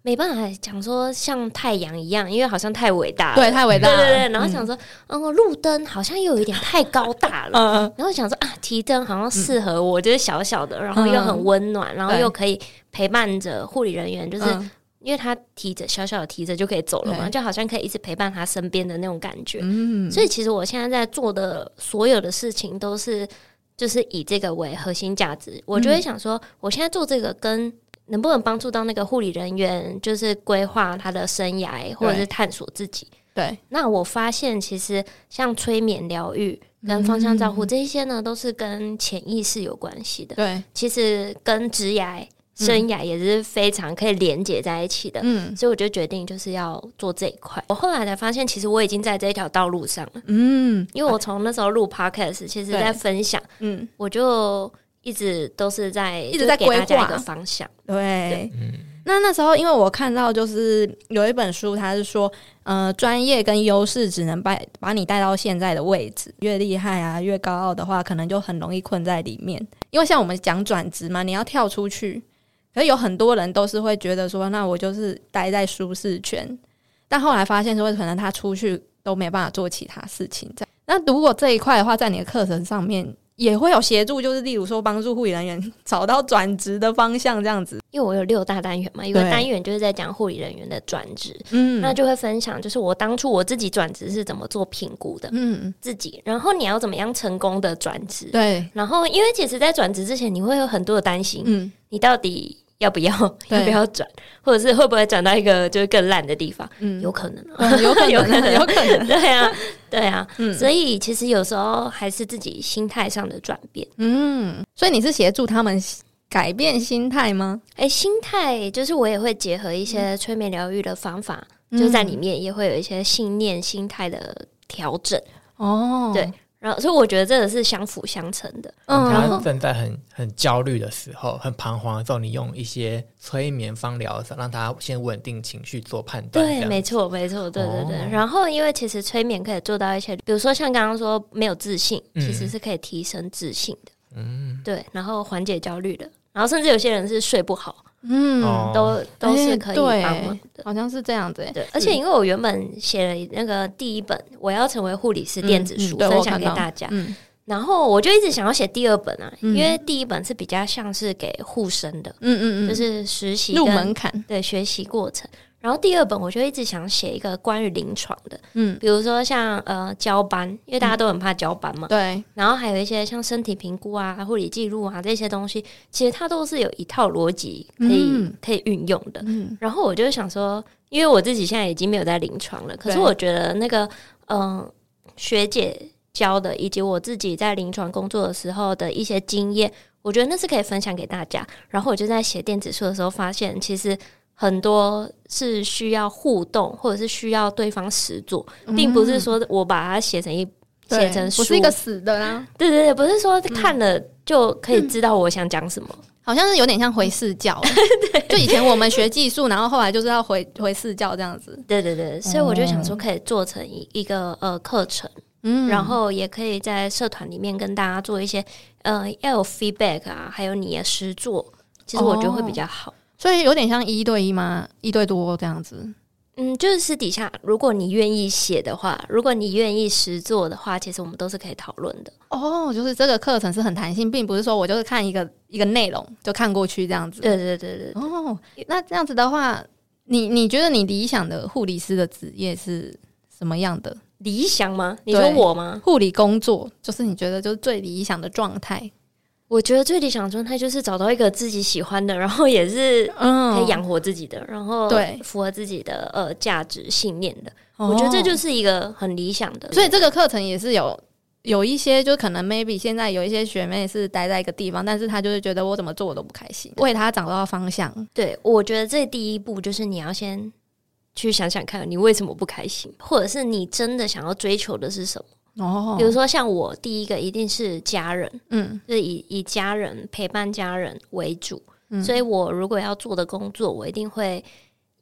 没办法讲说像太阳一样，因为好像太伟大了，
对，太伟大了，
对对对，然后想说，嗯，路灯好像又有一点太高大了。
嗯，
然后想说啊，提灯好像适合我，就是小小的，然后又很温暖，然后
对
又可以陪伴着护理人员，就
嗯
是
嗯
因为他提着小小的提着就可以走了嘛，
对
就好像可以一直陪伴他身边的那种感觉。
嗯，
所以其实我现在在做的所有的事情都是，就是以这个为核心价值。我
嗯
就会想说，我现在做这个跟能不能帮助到那个护理人员，就是规划他的生涯或者是探索自己。
对
那我发现，其实像催眠疗愈跟芳香照
嗯
护这一些呢，都是跟潜意识有关系的。
对，
其实跟职涯、生涯也是非常可以连接在一起的。
嗯
所以我就决定就是要做这一块。我后来才发现，其实我已经在这一条道路上了，
嗯
因为我从那时候录 podcast，其实
对
在分享，
嗯，
我就一直都是在一
直在
给大
规
家
划
一个方向。
对
对，
那那时候，因为我看到就是有一本书，它是说，呃，专业跟优势只能把把你带到现在的位置，越厉害啊，越高傲的话，可能就很容易困在里面。因为像我们讲转职嘛，你要跳出去，可是有很多人都是会觉得说，那我就是待在舒适圈，但后来发现说，可能他出去都没办法做其他事情。这样，那如果这一块的话，在你的课程上面。也会有协助，就是例如说帮助护理人员找到转职的方向这样子。
因为我有六大单元嘛，有个
对
单元就是在讲护理人员的转职，
嗯
那就会分享，就是我当初我自己转职是怎么做评估的，
嗯，
自己，然后你要怎么样成功的转职。
对，
然后，因为其实，在转职之前，你会有很多的担心，
嗯，
你到底要不要
对
要不要转，或者是会不会转到一个就是更烂的地方？
嗯
有可能啊，
嗯有
(laughs)
可
有可
能，
能
有可能，
对啊，对啊。
嗯
所以，其实有时候还是自己心态上的转变。
嗯，所以你是协助他们改变心态吗？
哎，心态就是我也会结合一
嗯
些催眠疗愈的方法，就在里面也会有一些信念、心态的调整。
哦，
对，然后，所以我觉得这个是相辅相成的。
嗯，然
他
后
正在很很焦虑的时候，很彷徨的时候，你用一些催眠方疗法，让他先稳定情绪做判断。这
对，
样
没错，没错，对对对。
哦
然后，因为其实催眠可以做到一些，比如说像刚刚说没有自信，
嗯
其实是可以提升自信的。嗯，对，然后缓解焦虑的，然后甚至有些人是睡不好，
嗯，
哦
都都是可以
哎对
帮忙的。
好像是这样子耶，
对，而且因为我原本写了那个第一本《我要成为护理师》电子书，
嗯嗯对
分享
我看
给
到
大家，
嗯
然后我就一直想要写第二本啊，
嗯
因为第一本是比较像是给护生的，
嗯嗯嗯，
就是实习
入
跟
门槛，
对学习过程。然后第二本我就一直想写一个关于临床的，
嗯，
比如说像呃交班，因为大家都很怕交班嘛，
对，
然后还有一些像身体评估啊、护理记录啊这些东西，其实它都是有一套逻辑可以、
嗯
可以运用的。
嗯
然后我就想说，因为我自己现在已经没有在临床了，可是
对
我觉得那个嗯、呃学姐教的，以及我自己在临床工作的时候的一些经验，我觉得那是可以分享给大家。然后我就在写电子书的时候发现，其实。很多是需要互动，或者是需要对方实做，并不是说我把它写成一
嗯对
写成
不
书，啊
是一个死的啦，
对对对，不是说看了就可以知道我想讲什么。
好像是有点像回视
(laughs)
角，就以前我们学技术，然后后来就是要回回视角这样子，
对对对，所以我就想说可以做成一一个呃课程，
嗯
然后也可以在社团里面跟大家做一些呃要有 feedback 啊，还有你的实作，其实我觉得会比较好。
所以有点像一对一吗？一对多这样子，
嗯，就是私底下，如果你愿意写的话，如果你愿意实做的话，其实我们都是可以讨论的。
哦，就是这个课程是很弹性，并不是说我就是看一个一个内容就看过去这样子。
对对对对，
哦，那这样子的话，你你觉得你理想的护理师的职业是什么样的
理想吗？你说我吗？
护理工作，就是你觉得就是最理想的状态？
我觉得最理想的状态就是找到一个自己喜欢的，然后也是可以
嗯，
养活自己的，然后
对
符合自己的呃价值信念的。
哦
我觉得这就是一个很理想的。
所以这个课程也是有有一些，就可能 maybe 现在有一些学妹是待在一个地方，但是她就是觉得我怎么做我都不开心，为她找到方向。
对，我觉得这第一步就是你要先去想想看，你为什么不开心，或者是你真的想要追求的是什么。
哦
比如说，像我第一个一定是家人，
嗯
就是以以家人陪伴家人为主。
嗯
所以我如果要做的工作，我一定会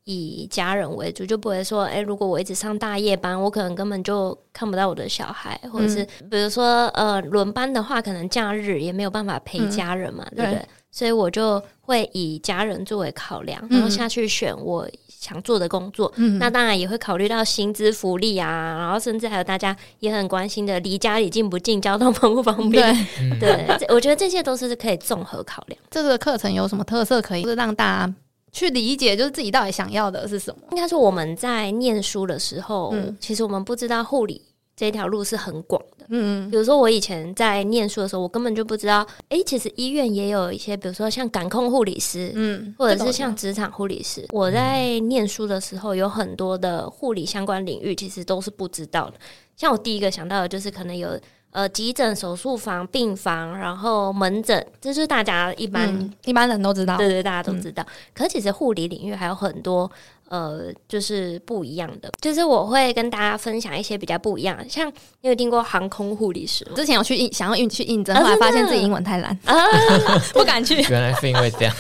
以家人为主，就不会说，哎、如果我一直上大夜班，我可能根本就看不到我的小孩，或者是
嗯
比如说，呃，轮班的话，可能假日也没有办法陪
嗯
家人嘛，
对
对不对？所以我就会以家人作为考量，然后下去选我想做的工作。
嗯
那当然也会考虑到薪资福利啊，然后甚至还有大家也很关心的离家里近不近、交通方不方便。
对，
嗯，
对，这我觉得这些都是可以综合考量。
这个课程有什么特色可以就是让大家去理解，就是自己到底想要的是什么？
应该说我们在念书的时候，
嗯
其实我们不知道护理这条路是很广的。
嗯
比如说我以前在念书的时候，我根本就不知道，诶，其实医院也有一些，比如说像感控护理师。
嗯，
或者
这
是
个
像职场护理师，我在
嗯
念书的时候有很多的护理相关领域，其实都是不知道的。像我第一个想到的就是可能有呃急诊、手术房、病房，然后门诊，这就是大家一
我
般
嗯一般人都知道，
对对，大家都
嗯
知道。可是其实护理领域还有很多呃，就是不一样的。就是我会跟大家分享一些比较不一样的，像你有听过航空护理
(laughs)
师吗？
之前有去应想要应去应征，
啊
后来发现
真的
自己英文太烂，
啊， (laughs)
不敢去。
原来是因为这样，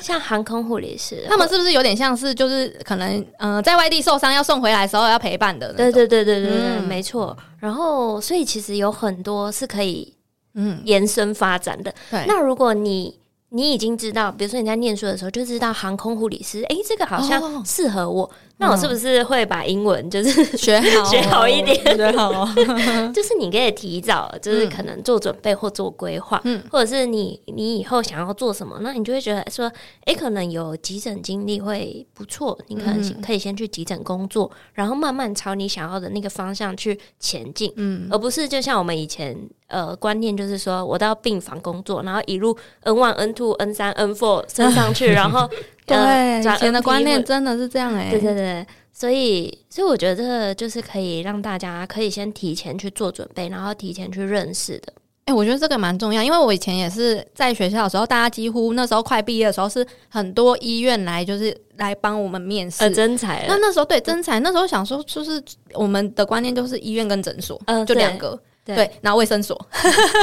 像航空护理师，
他们是不是有点像是就是可能呃在外地受伤要送回来的时候要陪伴的？
对，对对对对对，
嗯
没错。然后，所以其实有很多是可以
嗯，
延伸发展的。
对，
那如果你你已经知道，比如说你在念书的时候就知道航空护理师，诶，这个好
哦
像适合我，那我是不是会把英文就是
学好
学好一点
学
(laughs)
好。
就是你可以提早，就是可能做准备或做规划，
嗯
或者是你你以后想要做什么，那你就会觉得说，诶，可能有急诊经历会不错，你可
嗯
能可以先去急诊工作，然后慢慢朝你想要的那个方向去前进，
嗯
而不是就像我们以前呃观念，就是说我到病房工作，然后一路 N one、N two、N 三、N four 升上
(laughs)
去，然后
(laughs) 对，以前的
NP
观念
或
真的是这样哎、
对对对，所以所以我觉得就是可以让大家可以先提前去做准备，然后提前去认识的。
哎、我觉得这个蛮重要，因为我以前也是在学校的时候，大家几乎那时候快毕业的时候，是很多医院来就是来帮我们面试。
呃真才
那那时候对真才，那时候想说，就是我们的观念就是医院跟诊所，
嗯
就两个，
对
对，然后卫生所， (laughs)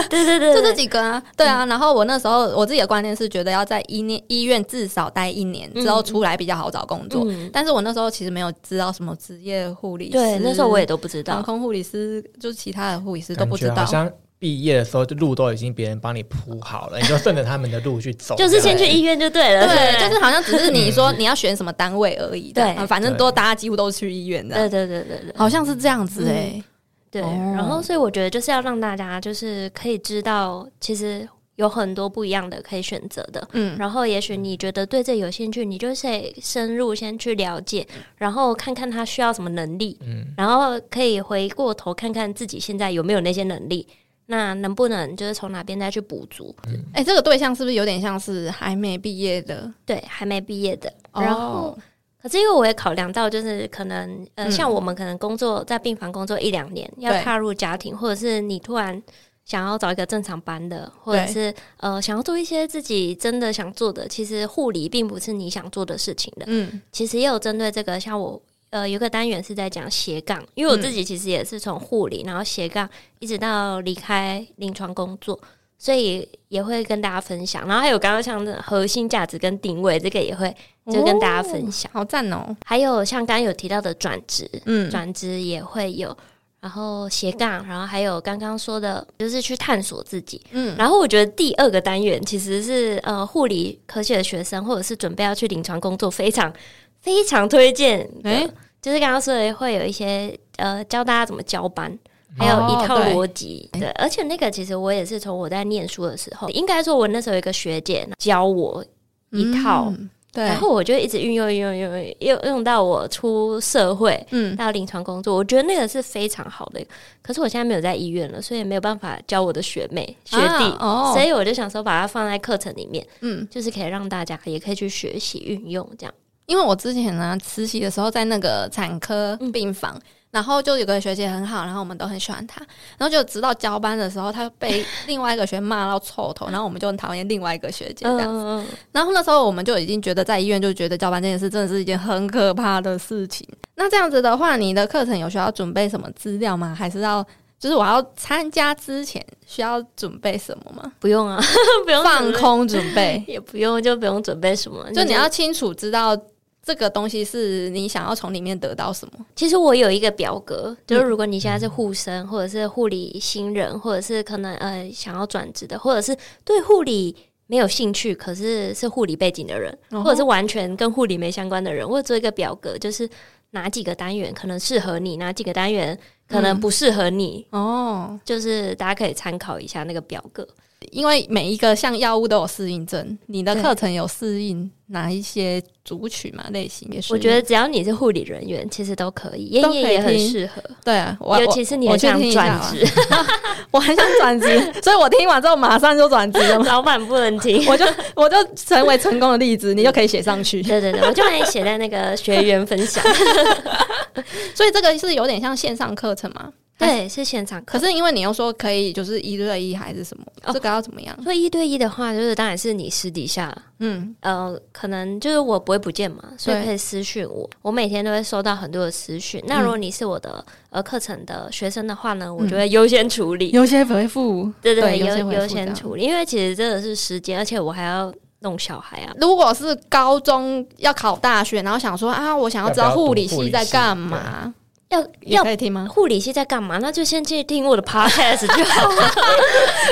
对对对，
就这几个啊，对啊。然后我那时候我自己的观念是觉得要在医念医院至少待一年之后出来比较好找工作，
嗯，
但是我那时候其实没有知道什么职业护理师，
对，那时候我也都不知
航
道。
空护理师，就是其他的护理师 (laughs) 都
感
不知
觉
道
好。像毕业的时候就路都已经别人帮你铺好了，你就顺着他们的路去走，
就是
这
先
样
去医院就对了，
对，就是好像只是你
嗯
说你要选什么单位而已，
对
啊反正都大家几乎都去医院
对
的，
对对对对
好像是这样子哎、
对。
哦
然后，所以我觉得就是要让大家就是可以知道，其实有很多不一样的可以选择的。
嗯，
然后，也许你觉得对这有兴趣，你就得深入先去了解，
嗯
然后看看他需要什么能力，
嗯，
然后可以回过头看看自己现在有没有那些能力，那能不能就是从哪边再去补足？
哎、这个对象是不是有点像是还没毕业的？
对，还没毕业的，
哦
然后。可是因为我也考量到，就是可能呃，
嗯
像我们可能工作在病房工作一两年，要
对
踏入家庭，或者是你突然想要找一个正常班的，或者
对
是呃想要做一些自己真的想做的，其实护理并不是你想做的事情的。
嗯
其实也有针对这个，像我呃有个单元是在讲斜杠，因为我
嗯
自己其实也是从护理，然后斜杠一直到离开临床工作，所以也会跟大家分享。然后还有刚刚像的核心价值跟定位，这个也会就跟大家分享。
好赞哦、
还有像刚刚有提到的转职，
嗯，
转职也会有。然后斜杠，然后还有刚刚说的，就是去探索自己。
嗯
然后我觉得第二个单元其实是呃护理科系的学生，或者是准备要去临床工作，非常非常推荐的。
哎
就是刚刚说的，会有一些呃教大家怎么交班，还有
哦
一套
对
逻辑、对，而且那个其实我也是从我在念书的时候，应该说我那时候有一个学姐教我一套
嗯对
然，后我就一直运用、运用、运用、用用到我出社会
嗯，
到临床工作，我觉得那个是非常好的。可是我现在没有在医院了，所以没有办法教我的学妹、学弟，
啊哦
所以我就想说把它放在课程里面，
嗯，
就是可以让大家也可以去学习运用这样。
因为我之前呢，实习的时候在那个产科病房，然后就有个学姐很好，然后我们都很喜欢她，然后就直到交班的时候，她被另外一个学姐骂到臭头，然后我们就很讨厌另外一个学姐这样。
嗯，
然后那时候我们就已经觉得在医院就觉得交班这件事真的是一件很可怕的事情。那这样子的话，你的课程有需要准备什么资料吗？还是要就是我要参加之前需要准备什么吗？
不用啊， (laughs) 不用
放
准备，
空准备
(laughs) 也不用，就不用准备什么。
就你要，清楚知道这个东西是你想要从里面得到什么。
其实我有一个表格，
嗯
就是如果你现在是护生，或者是护理新人，或者是可能呃想要转职的，或者是对护理没有兴趣，可是是护理背景的人，
嗯哼
或者是完全跟护理没相关的人，我有做一个表格，就是哪几个单元可能适合你，哪几个单元可能不适合你，
哦，
就是大家可以参考一下那个表格。
因为每一个像药物都有适应症，你的
对
课程有适应哪一些族群嘛类型？也是，
我觉得只要你是护理人员，其实都可以，燕
都可以
燕也很
听
适合。
对啊，我
尤其是你很
我我去
想
听一下啊
转
吧
职，
(laughs)
(laughs)
我很想转职，所以我听完之后马上就转职了嘛。
老板不能听。
我就我就成为成功的例子，你就可以写上
(laughs)
去。
对对对，我就把你写在那个学员分 (laughs) 享。
所以这个是有点像线上课程嘛。
对，是现场
可
课。
是因为你又说可以就是一对一还是什么，
哦
这个要怎么样？
说一对一的话，就是当然是你私底下，
嗯，
呃，可能就是我不会不见嘛，所以可以私讯我。我每天都会收到很多的私讯。那如果你是我的呃课程的学生的话呢，我就会嗯优先处理。
优先回复，
对对，
对优先
优
回复
优先处理，因为其实真的是时间，而且我还要弄小孩啊。
如果是高中要考大学，然后想说啊，我想要知道护理系在干嘛，
要
也
要
可以听吗？
护理系在干嘛？那就先去听我的 podcast 就好 (laughs) 了，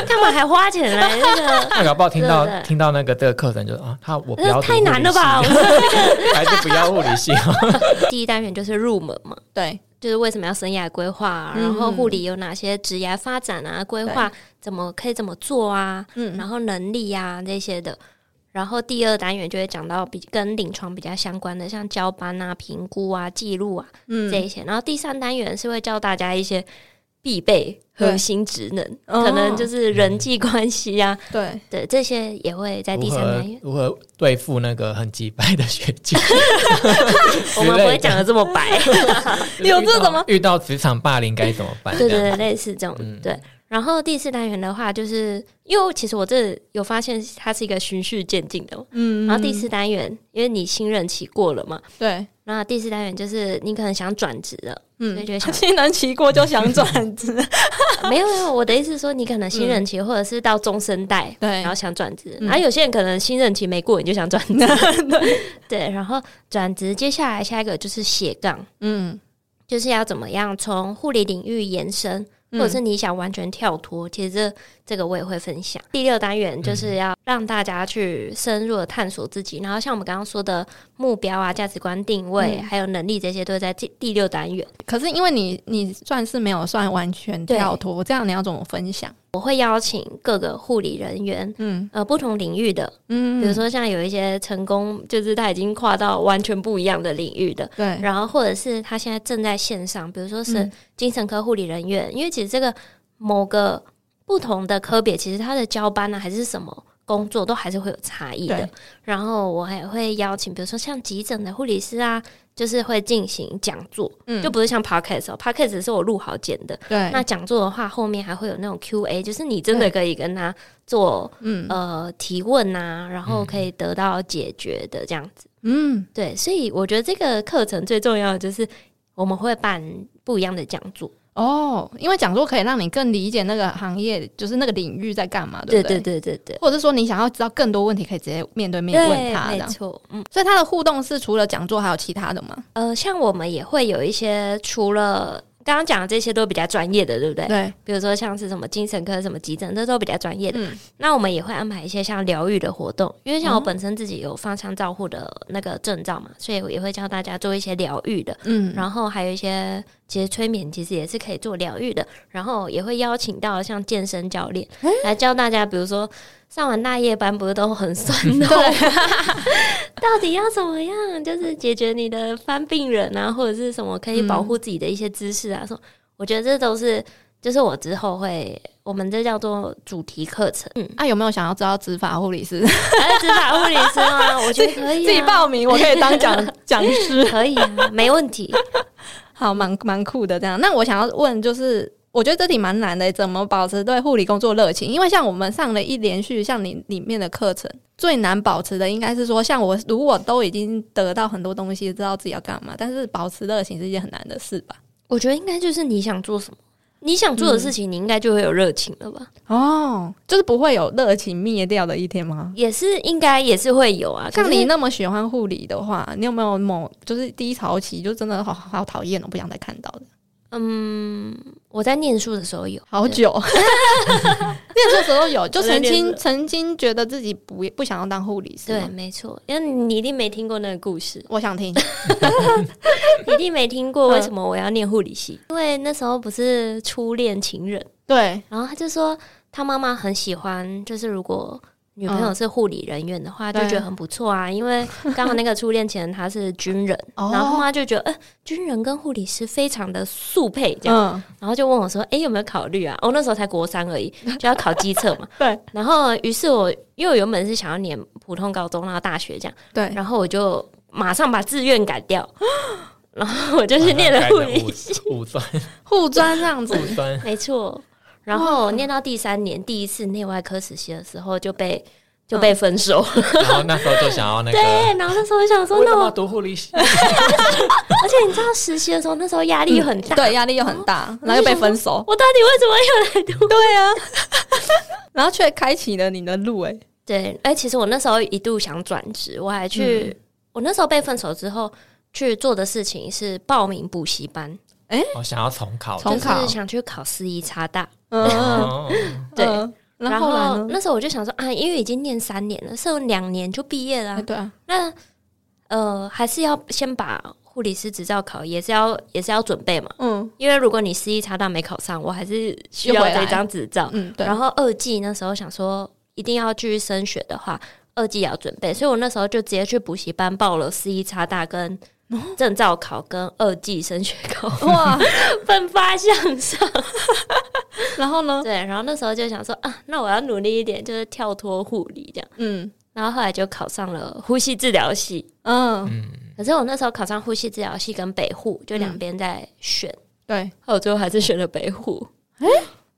干嘛还花钱 (laughs) 来那个？
(laughs) 那搞不好听
对对
到
对
听到那个这个课程就啊，他我不要
那
读
太难了吧？
护理系 (laughs) 还是不要
(laughs)
护理系哦好了。
第一单元就是入门嘛，
对，
就是为什么要生涯规划、啊，
嗯
然后护理有哪些职涯发展啊，规划怎么可以怎么做啊，
嗯，
然后能力呀、啊、这些的。然后第二单元就会讲到比跟临床比较相关的，像交班啊、评估啊、记录啊
嗯
这一些。然后第三单元是会教大家一些必备
对
核心职能，
哦
可能就是人际关系啊，
对，
对这些也会在第
如
三
何
单元。
如何对付那个很急败的学 (laughs) 姐？
(laughs) 我们不会讲的这么白。
有这种吗
遇到职场霸凌该怎么办？
对对
这
对
样，
类似这种、
嗯
对。然后第四单元的话，就是因为其实我这有发现它是一个循序渐进的嘛。
嗯
然后第四单元，因为你新人期过了嘛，
对，
那第四单元就是你可能想转职了，所以
嗯
就，
(laughs)
想
新人骑过就
(laughs)
想转职，
没有没有，我的意思是说你可能新人期或者是到中生代，
对
然后想转职，
嗯
然后有些人可能新任期没过，你就想转职，对然后转职，接下来下一个就是斜杠，
嗯，
就是要怎么样从护理领域延伸，或
嗯
者是你想完全跳脱，其实这这个我也会分享。第六单元
嗯
就是要让大家去深入的探索自己，然后像我们刚刚说的目标啊、价值观定位，
嗯
还有能力这些，都在第第六单元。
可是因为你你算是没有算完全跳脱，这样你要怎么分享？
我会邀请各个护理人员。
嗯
呃，不同领域的，比
嗯
如说像有一些成功，就是他已经跨到完全不一样的领域的，
对，
然后或者是他现在正在线上，比如说是
嗯
精神科护理人员，因为其实这个某个不同的科别，其实他的交班啊呢、还是什么工作，都还是会有差异的
对。
然后我还会邀请，比如说像急诊的护理师啊，就是会进行讲座，
嗯
就不是像 podcast 哦，podcast 是我录好剪的。
对，
那讲座的话，后面还会有那种 Q&A，就是你真的可以跟他做
嗯
呃提问啊，然后可以得到解决的这样子。
嗯，
对，所以我觉得这个课程最重要的就是我们会办不一样的讲座。
哦，因为讲座可以让你更理解那个行业，就是那个领域在干嘛，
对
不对
对对对对，
或者是说你想要知道更多问题，可以直接面对面问他
没
的。
错，嗯，
所以他的互动是除了讲座，还有其他的吗？
呃，像我们也会有一些除了。刚刚讲的这些都比较专业的，对不对？
对，
比如说像是什么精神科、什么急诊，这都比较专业的。
嗯
那我们也会安排一些像疗愈的活动，因为像我本身自己有芳香照护的那个证照嘛，所以我也会教大家做一些疗愈的，
嗯，
然后还有一些其实催眠其实也是可以做疗愈的。然后也会邀请到像健身教练
哎
来教大家，比如说上完大夜班不是都很
(laughs)
酸痛， (laughs) 到底要怎么样，就是解决你的翻病人啊，或者是什么可以保
嗯
护自己的一些姿势啊，说、我觉得这都是。就是我之后会，我们这叫做主题课程。嗯，
啊，有没有想要知道执法护理师？
还是执法护理师吗？我觉得可以、啊，
自己报名，我可以当 (laughs) 讲讲师，
可以啊，没问题。
好，蛮蛮酷的这样。那我想要问，就是我觉得这题蛮难的，怎么保持对护理工作热情？因为像我们上了一连续像你里面的课程，最难保持的应该是说，像我如果都已经得到很多东西，知道自己要干嘛，但是保持热情是一件很难的事吧？
我觉得应该就是你想做什么，你想
嗯
做的事情，你应该就会有热情了吧？
哦，就是不会有热情灭掉的一天吗？
也是应该也是会有啊。
像
可是
你那么喜欢护理的话，你有没有某就是低潮期就真的好好讨厌哦，不想再看到的？
嗯，我在念书的时候有，
好久， (laughs) 那时候 (laughs) 有，就曾
我在练
经
了
曾经觉得自己不不想要当护理师
对，
吗，
没错，因为你一定没听过那个故事，
我想 (laughs) 听，
你一定没听过
嗯
为什么我要念护理系，因为那时候不是初恋情人，
对，
然后他就说他妈妈很喜欢，就是如果女朋友是护理人员的话，就
嗯对
觉得很不错啊，因为刚好那个初恋情人他是军人，
哦
然后他妈就觉得，呃，军人跟护理师非常的速配这样，
嗯，
然后就问我说，哎，有没有考虑啊？我、那时候才国三而已，就要考机测嘛， (laughs)
对
然后于是我因为我原本是想要念普通高中，然后大学这样。
对，
然后我就马上把志愿改
(laughs)
掉，然后我就去念了护理，
(laughs) 五专
护专这样 (laughs) 子，
五专，
没错。然后念到第三年，第一次内外科实习的时候就被
嗯
就被分手，
然后那时候就想要那个，
对。然后那时候我想说，
为什
那
么
我
要读护
(laughs)
理系？
而且你知道实习的时候，那时候压力很大，
嗯对，压力又很大，然后又被分手，
我到底为什么要来读？
对啊，然后却开启了你的路，哎，
对，哎，其实我那时候一度想转职，我还去，
嗯
我那时候被分手之后去做的事情是报名补习班，
我哦想要重考，
重考
就是想去考四一差大，
嗯，
哦
对
嗯，然
然
后来
后
呢？
那时候我就想说啊，因为已经念三年了，剩两年就毕业了啊、
哎对啊，
那呃，还是要先把护理师执照考，也是要也是要准备嘛。
嗯
因为如果你私一查到没考上，我还是需
又
要
回来
这张执照。
嗯，对，
然后二技那时候想说，一定要继续升学的话，二技也要准备，所以我那时候就直接去补习班报了私一差大跟证照考跟二技升学考，
哇，
(laughs) 奋发向上。
(laughs) 然后呢？
对，然后那时候就想说啊，那我要努力一点，就是跳脱护理这样。
嗯
然后后来就考上了呼吸治疗系。
嗯，
可是我那时候考上呼吸治疗系跟北护，就两边在选，
对，
后嗯哦来我最后还是选了北护。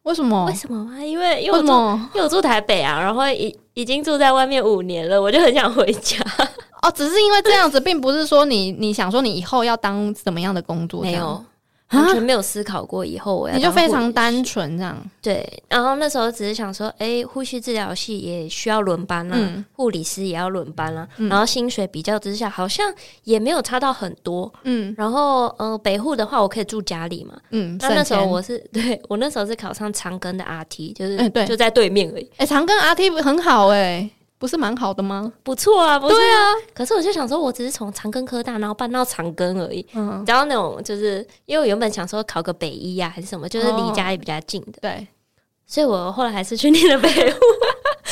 为什么
为？什么啊？因为因为
为
我
什
住
么？
因为我住台北啊，然后已已经住在外面五年了，我就很想回家。
哦，只是因为这样子，并不是说你你想说你以后要当怎么样的工作，
没有，
这样
完全
啊，
没有思考过以后我要
你就
当护
非常
理
单纯这样，
对。然后那时候只是想说，哎、呼吸治疗系也需要轮班啊，
嗯
护、理师也要轮班啊，
嗯
然后薪水比较之下好像也没有差到很多。
嗯
然后，嗯、北护的话，我可以住家里嘛，
嗯。
那那时候
省钱
我是 (laughs) 对我那时候是考上长庚的 RT，就是、
嗯对
就在对面而已，
哎，长庚 RT 很好哎，不是蛮好的吗？
不错啊，不错
对
啊。可是我就想说，我只是从长庚科大，然后搬到长庚而已。
嗯
你，知道那种，就是因为我原本想说考个北医呀、还是什么，就是离家里比较近的，
对。
所以我后来还是去念了北
哦
护。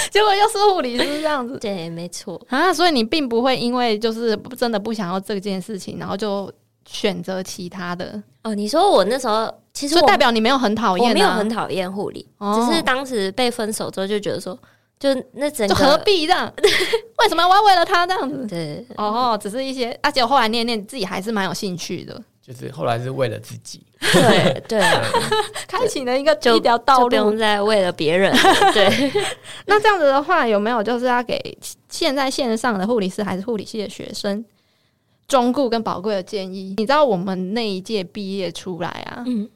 结果又是物理是这样
(laughs)
子 (laughs)
对，没错，
啊，所以你并不会因为就是真的不想要这件事情，然后就选择其他的，
哦，你说我那时候其实
就
我
代表你没有很讨厌啊，
我没有很讨厌护理，
哦
只是当时被分手之后就觉得说，就那整
就
个
何必这样？ (laughs) 为什么我要为了他这样子？
对
哦，只是一些，而且我后来念念自己还是蛮有兴趣的，
就是后来是为了自己，
对对啊，
开启了一个
就
一条道
就不用
路。
再为了别人了对。
那这样子的话，有没有就是要给现在线上的护理师还是护理系的学生忠固跟宝贵的建议？你知道我们那一届毕业出来啊，
嗯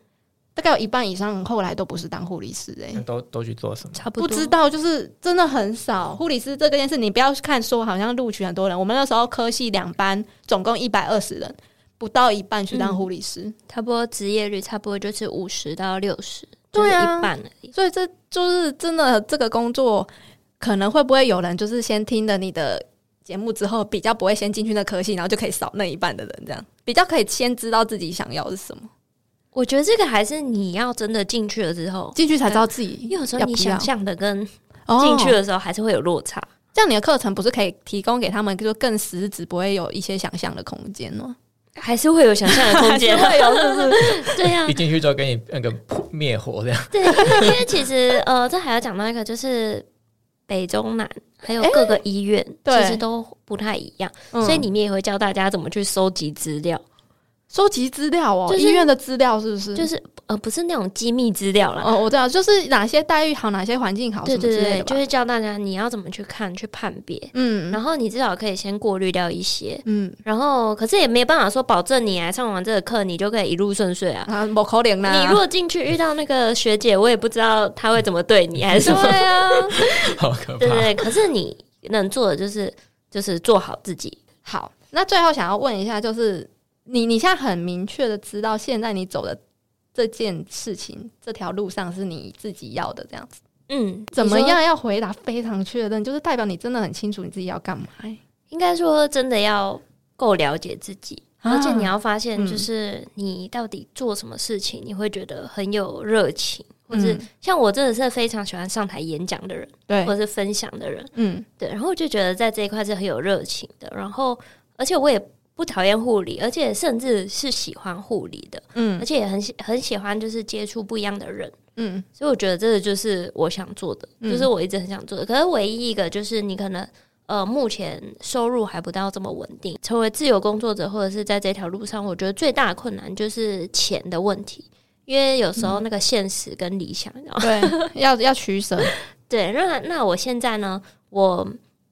大概有一半以上后来都不是当护理师哎、
那都都去做什么？
(laughs) 差不
不
多。
知道，就是真的很少护理师这个件事，你不要看说好像录取很多人，我们那时候科系两班总共一百二十人，不到一半去
嗯
当护理师，
差不多职业率差不多就是五十到六十，
对啊
就是一半而已。
所以这就是真的这个工作，可能会不会有人就是先听了你的节目之后，比较不会先进去那科系，然后就可以少那一半的人，这样比较可以先知道自己想要的是什么。
我觉得这个还是你要真的进去了之后，
进去才知道自己
因为有时候
要
你
不要
想象的跟
哦
进去的时候还是会有落差。
这样你的课 (laughs) 程不是可以提供给他们，就更实质，不会有一些想象的空间吗？
还是会有想象的空 (laughs) 间，
还 (laughs) 是会有是不
是？对呀、
一进去之后给你那个噗灭火这样，
对，因为因为其实呃，这还要讲到一个，就是北中南还有各个医院，
对
其实都不太一样，
嗯
所以里面也会教大家怎么去收集资料，
收集资料哦，
就是
医院的资料是不是？
就是呃，不是那种机密资料啦。
嗯哦，我知道，就是哪些待遇好，哪些环境好，什
对
么之
对
类
对，
的吧
就。是教大家你要怎么去看、去判别，
嗯
然后你至少可以先过滤掉一些，
嗯，
然后可是也没办法说保证你来上完这个课，你就可以一路顺遂啊。
啊，某口脸啦，
你如果进去遇到那个学姐，我也不知道她会怎么对你，还哎是什么。
对啊，
好可怕。
对对对， (laughs) 可是你能做的就是就是做好自己。
(laughs) 好，那最后想要问一下，就是你你现在很明确的知道，现在你走的这件事情这条路上是你自己要的这样子，
嗯，
怎么
你说？
样要回答非常确认，就是代表你真的很清楚你自己要干嘛、欸
应该说真的要够了解自己，
啊
而且你要发现，
嗯
就是你到底做什么事情，你会觉得很有热情，或
嗯
是像我真的是非常喜欢上台演讲的人，
对
或，者是分享的人，
嗯
对。然后我就觉得在这一块是很有热情的，然后而且我也不讨厌护理，而且甚至是喜欢护理的，而
嗯
且也很喜很喜欢就是接触不一样的人。
嗯
所以我觉得这个就是我想做的，
嗯
就是我一直很想做的。可是唯一一个就是你可能呃，目前收入还不到这么稳定，成为自由工作者或者是在这条路上，我觉得最大的困难就是钱的问题，因为有时
嗯
候那个现实跟理想，然后、
对，要要取舍，
(laughs) 对，那那我现在呢，我。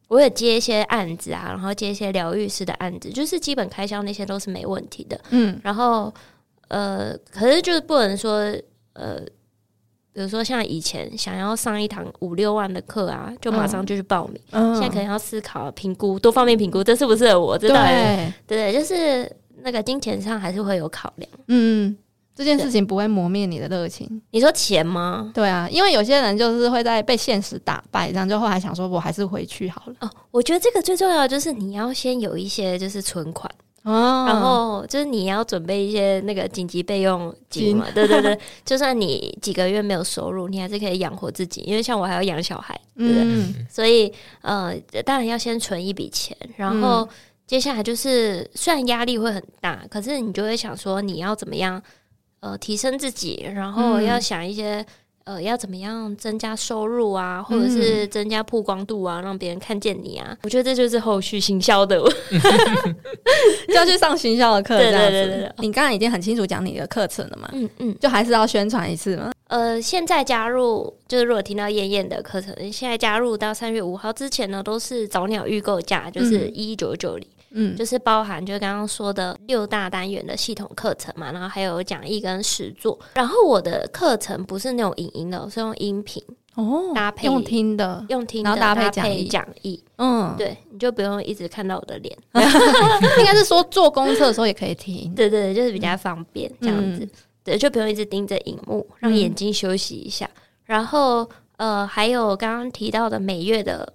我也接一些案子啊，然后接一些疗愈师的案子，就是基本开销那些都是没问题的。
嗯
然后呃，可是就是不能说呃，比如说像以前想要上一堂五六万的课啊，就马上就去报名。
嗯，
现在可能要思考、评估多方面评估，这适不适合我？这
对
到底对，就是那个金钱上还是会有考量。
嗯。这件事情不会磨灭你的热情，
你说钱吗？
对啊，因为有些人就是会在被现实打败，然后就后来想说，我还是回去好了。
哦，我觉得这个最重要的就是你要先有一些就是存款，
哦
然后就是你要准备一些那个紧急备用金嘛，对对对，就算你几个月没有收入，你还是可以养活自己，因为像我还要养小孩，对不对？
嗯，
所以呃，当然要先存一笔钱，然后接下来就是虽然压力会很大，可是你就会想说你要怎么样呃提升自己，然后
嗯
要想一些。呃，要怎么样增加收入啊，或者是增加曝光度啊，让别人看见你啊？我觉得这就是后续行销的。 (laughs)
(laughs) 就要去上行销的课，
对对
这样子
对对对
你刚才已经很清楚讲你的课程了嘛，
嗯嗯，
就还是要宣传一次嘛。
呃，现在加入就是如果听到燕燕的课程，现在加入到三月五号之前呢，都是早鸟预购价，就是
嗯
一一九九零。
嗯
就是包含就刚刚说的六大单元的系统课程嘛，然后还有讲义跟实作。然后我的课程不是那种影音的，我是用音频
哦
搭配
用听的，
用听的
然后搭配
配
讲义
讲义，
嗯，
对，你就不用一直看到我的脸。
应该是说做功课的时候也可以听。
对对对，就是比较方便这样子。
嗯
对，就不用一直盯着荧幕，让眼睛休息一下。然后呃，还有刚刚提到的每月的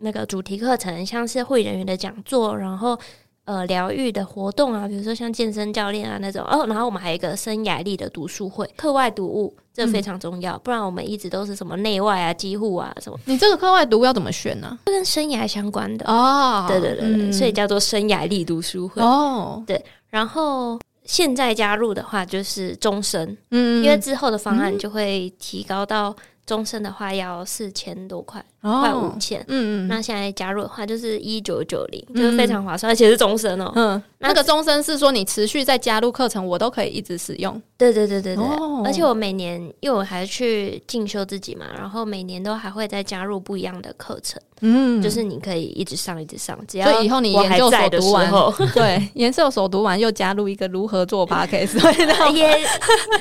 那个主题课程，像是会人员的讲座，然后呃疗愈的活动啊，比如说像健身教练啊那种。哦，然后我们还有一个生涯力的读书会，课外读物，这
嗯
非常重要，不然我们一直都是什么内外啊、机户啊什么，
(laughs) 你这个课外读要怎么选呢？
都跟生涯相关的。
哦
对对对对，
嗯
所以叫做生涯力读书会。
哦，
然后现在加入的话就是终身，
嗯
因为之后的方案就会提高到终身的话要四千多块，快五
哦，
千。
嗯嗯
那现在加入的话就是一九九零，
嗯
就是非常划算，而且是终身哦。
嗯，
那
那个终身是说你持续在加入课程，我都可以一直使用。
对对对对对，
哦
而且我每年因为我还去进修自己嘛，然后每年都还会再加入不一样的课程，
嗯
就是你可以一直上一直上，只
所
要
以以后你
我还
研究
在
所
的时
读完，
候，
(laughs) 对研究所读完又加入一个如
(laughs)
何做 podcast，会让 (laughs)
也，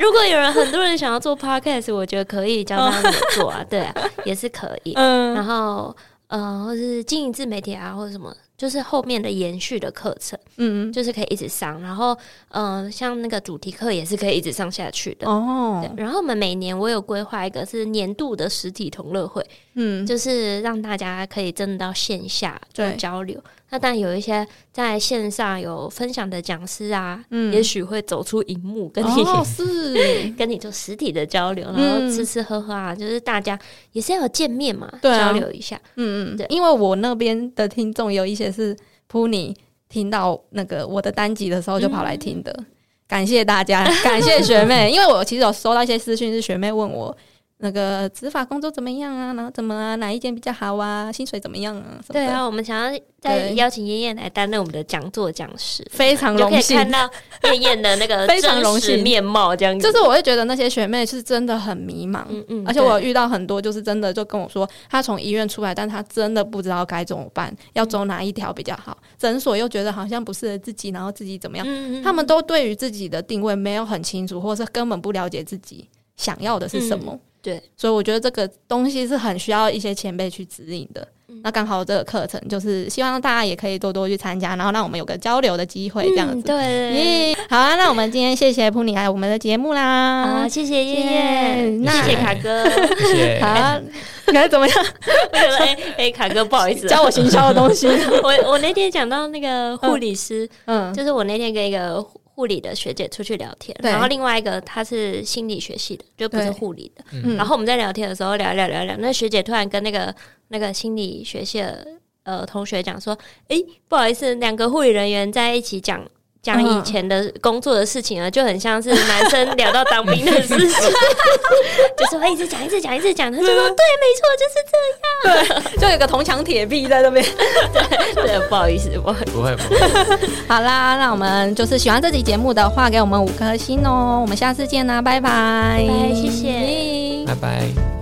如果有人很多人想要做 podcast，我觉得可以教他们做啊，对啊，也是可以。然
嗯
后，呃，或是经营自媒体啊，或者什么，就是后面的延续的课程，
嗯
就是可以一直上。然后，嗯、像那个主题课也是可以一直上下去的。
哦
对，然后我们每年我有规划一个是年度的实体同乐会，
嗯，
就是让大家可以真的到线下做
对
交流。那但有一些在线上有分享的讲师啊，
嗯
也许会走出荧幕跟你、
(laughs) 哦是，
跟你做实体的交流，然
嗯
后吃吃喝喝啊，就是大家也是要有见面嘛，
对啊
交流一下。
嗯嗯
对，
因为我那边的听众有一些是扑你听到那个我的单集的时候就跑来听
嗯
的，感谢
(laughs)
大家，感谢学妹，因为我其实有收到一些私讯，是学妹问我。那个执法工作怎么样啊？然后怎么啊？哪一间比较好啊？薪水怎么样啊？什么的
对，啊，我们想要再
对
邀请燕燕来担任我们的讲座讲师，
非常
你就可
荣
以
幸
看到燕燕的那个
(laughs) 非常荣幸
真实面貌，这样子。
就是我会觉得那些学妹是真的很迷茫，
嗯嗯，
而且我
对
遇到很多就是真的就跟我说，她从医院出来，但她真的不知道该怎么办，要
嗯
走哪一条比较好，诊所又觉得好像不适合自己，然后自己怎么样，
嗯嗯
他们都对于自己的定位没有很清楚，或是根本不了解自己想要的是什么。
对，
所以我觉得这个东西是很需要一些前辈去指引的。
嗯
那刚好这个课程就是希望大家也可以多多去参加，然后让我们有个交流的机会，这样
嗯
子。
对
耶、好啊！那我们今天谢谢普尼来我们的节目啦。
啊，谢谢燕燕，
那
谢谢卡哥。 (laughs)
谢谢
好。啊，你看怎么样？
我想说哎哎，卡哥不好意
(laughs)
思啊，
教我行销的东西。
我我那天讲到那个护理师，
(laughs) 嗯，
就是我那天跟一个护护理的学姐出去聊天，
对
然后另外一个她是心理学系的，就不是
对
护理的。
嗯
然后我们在聊天的时候聊一聊聊一聊，那学姐突然跟那个那个心理学系的呃同学讲说：“诶，不好意思，两个护理人员在一起讲。”
嗯
讲以前的工作的事情啊，就很像是男生聊到当兵的事情， (laughs) 就说哎一直讲一直讲一直讲，他就
嗯
说对，没错，就是
就有一个铜墙铁壁在 (laughs) 那边。
这样。对，不好意思，不好意
(laughs)
思，
不会不会，
好啦，那我们就是喜欢这期节目的话，给我们五颗星哦。我们下次见啦，拜拜，
拜谢谢
耶
拜拜。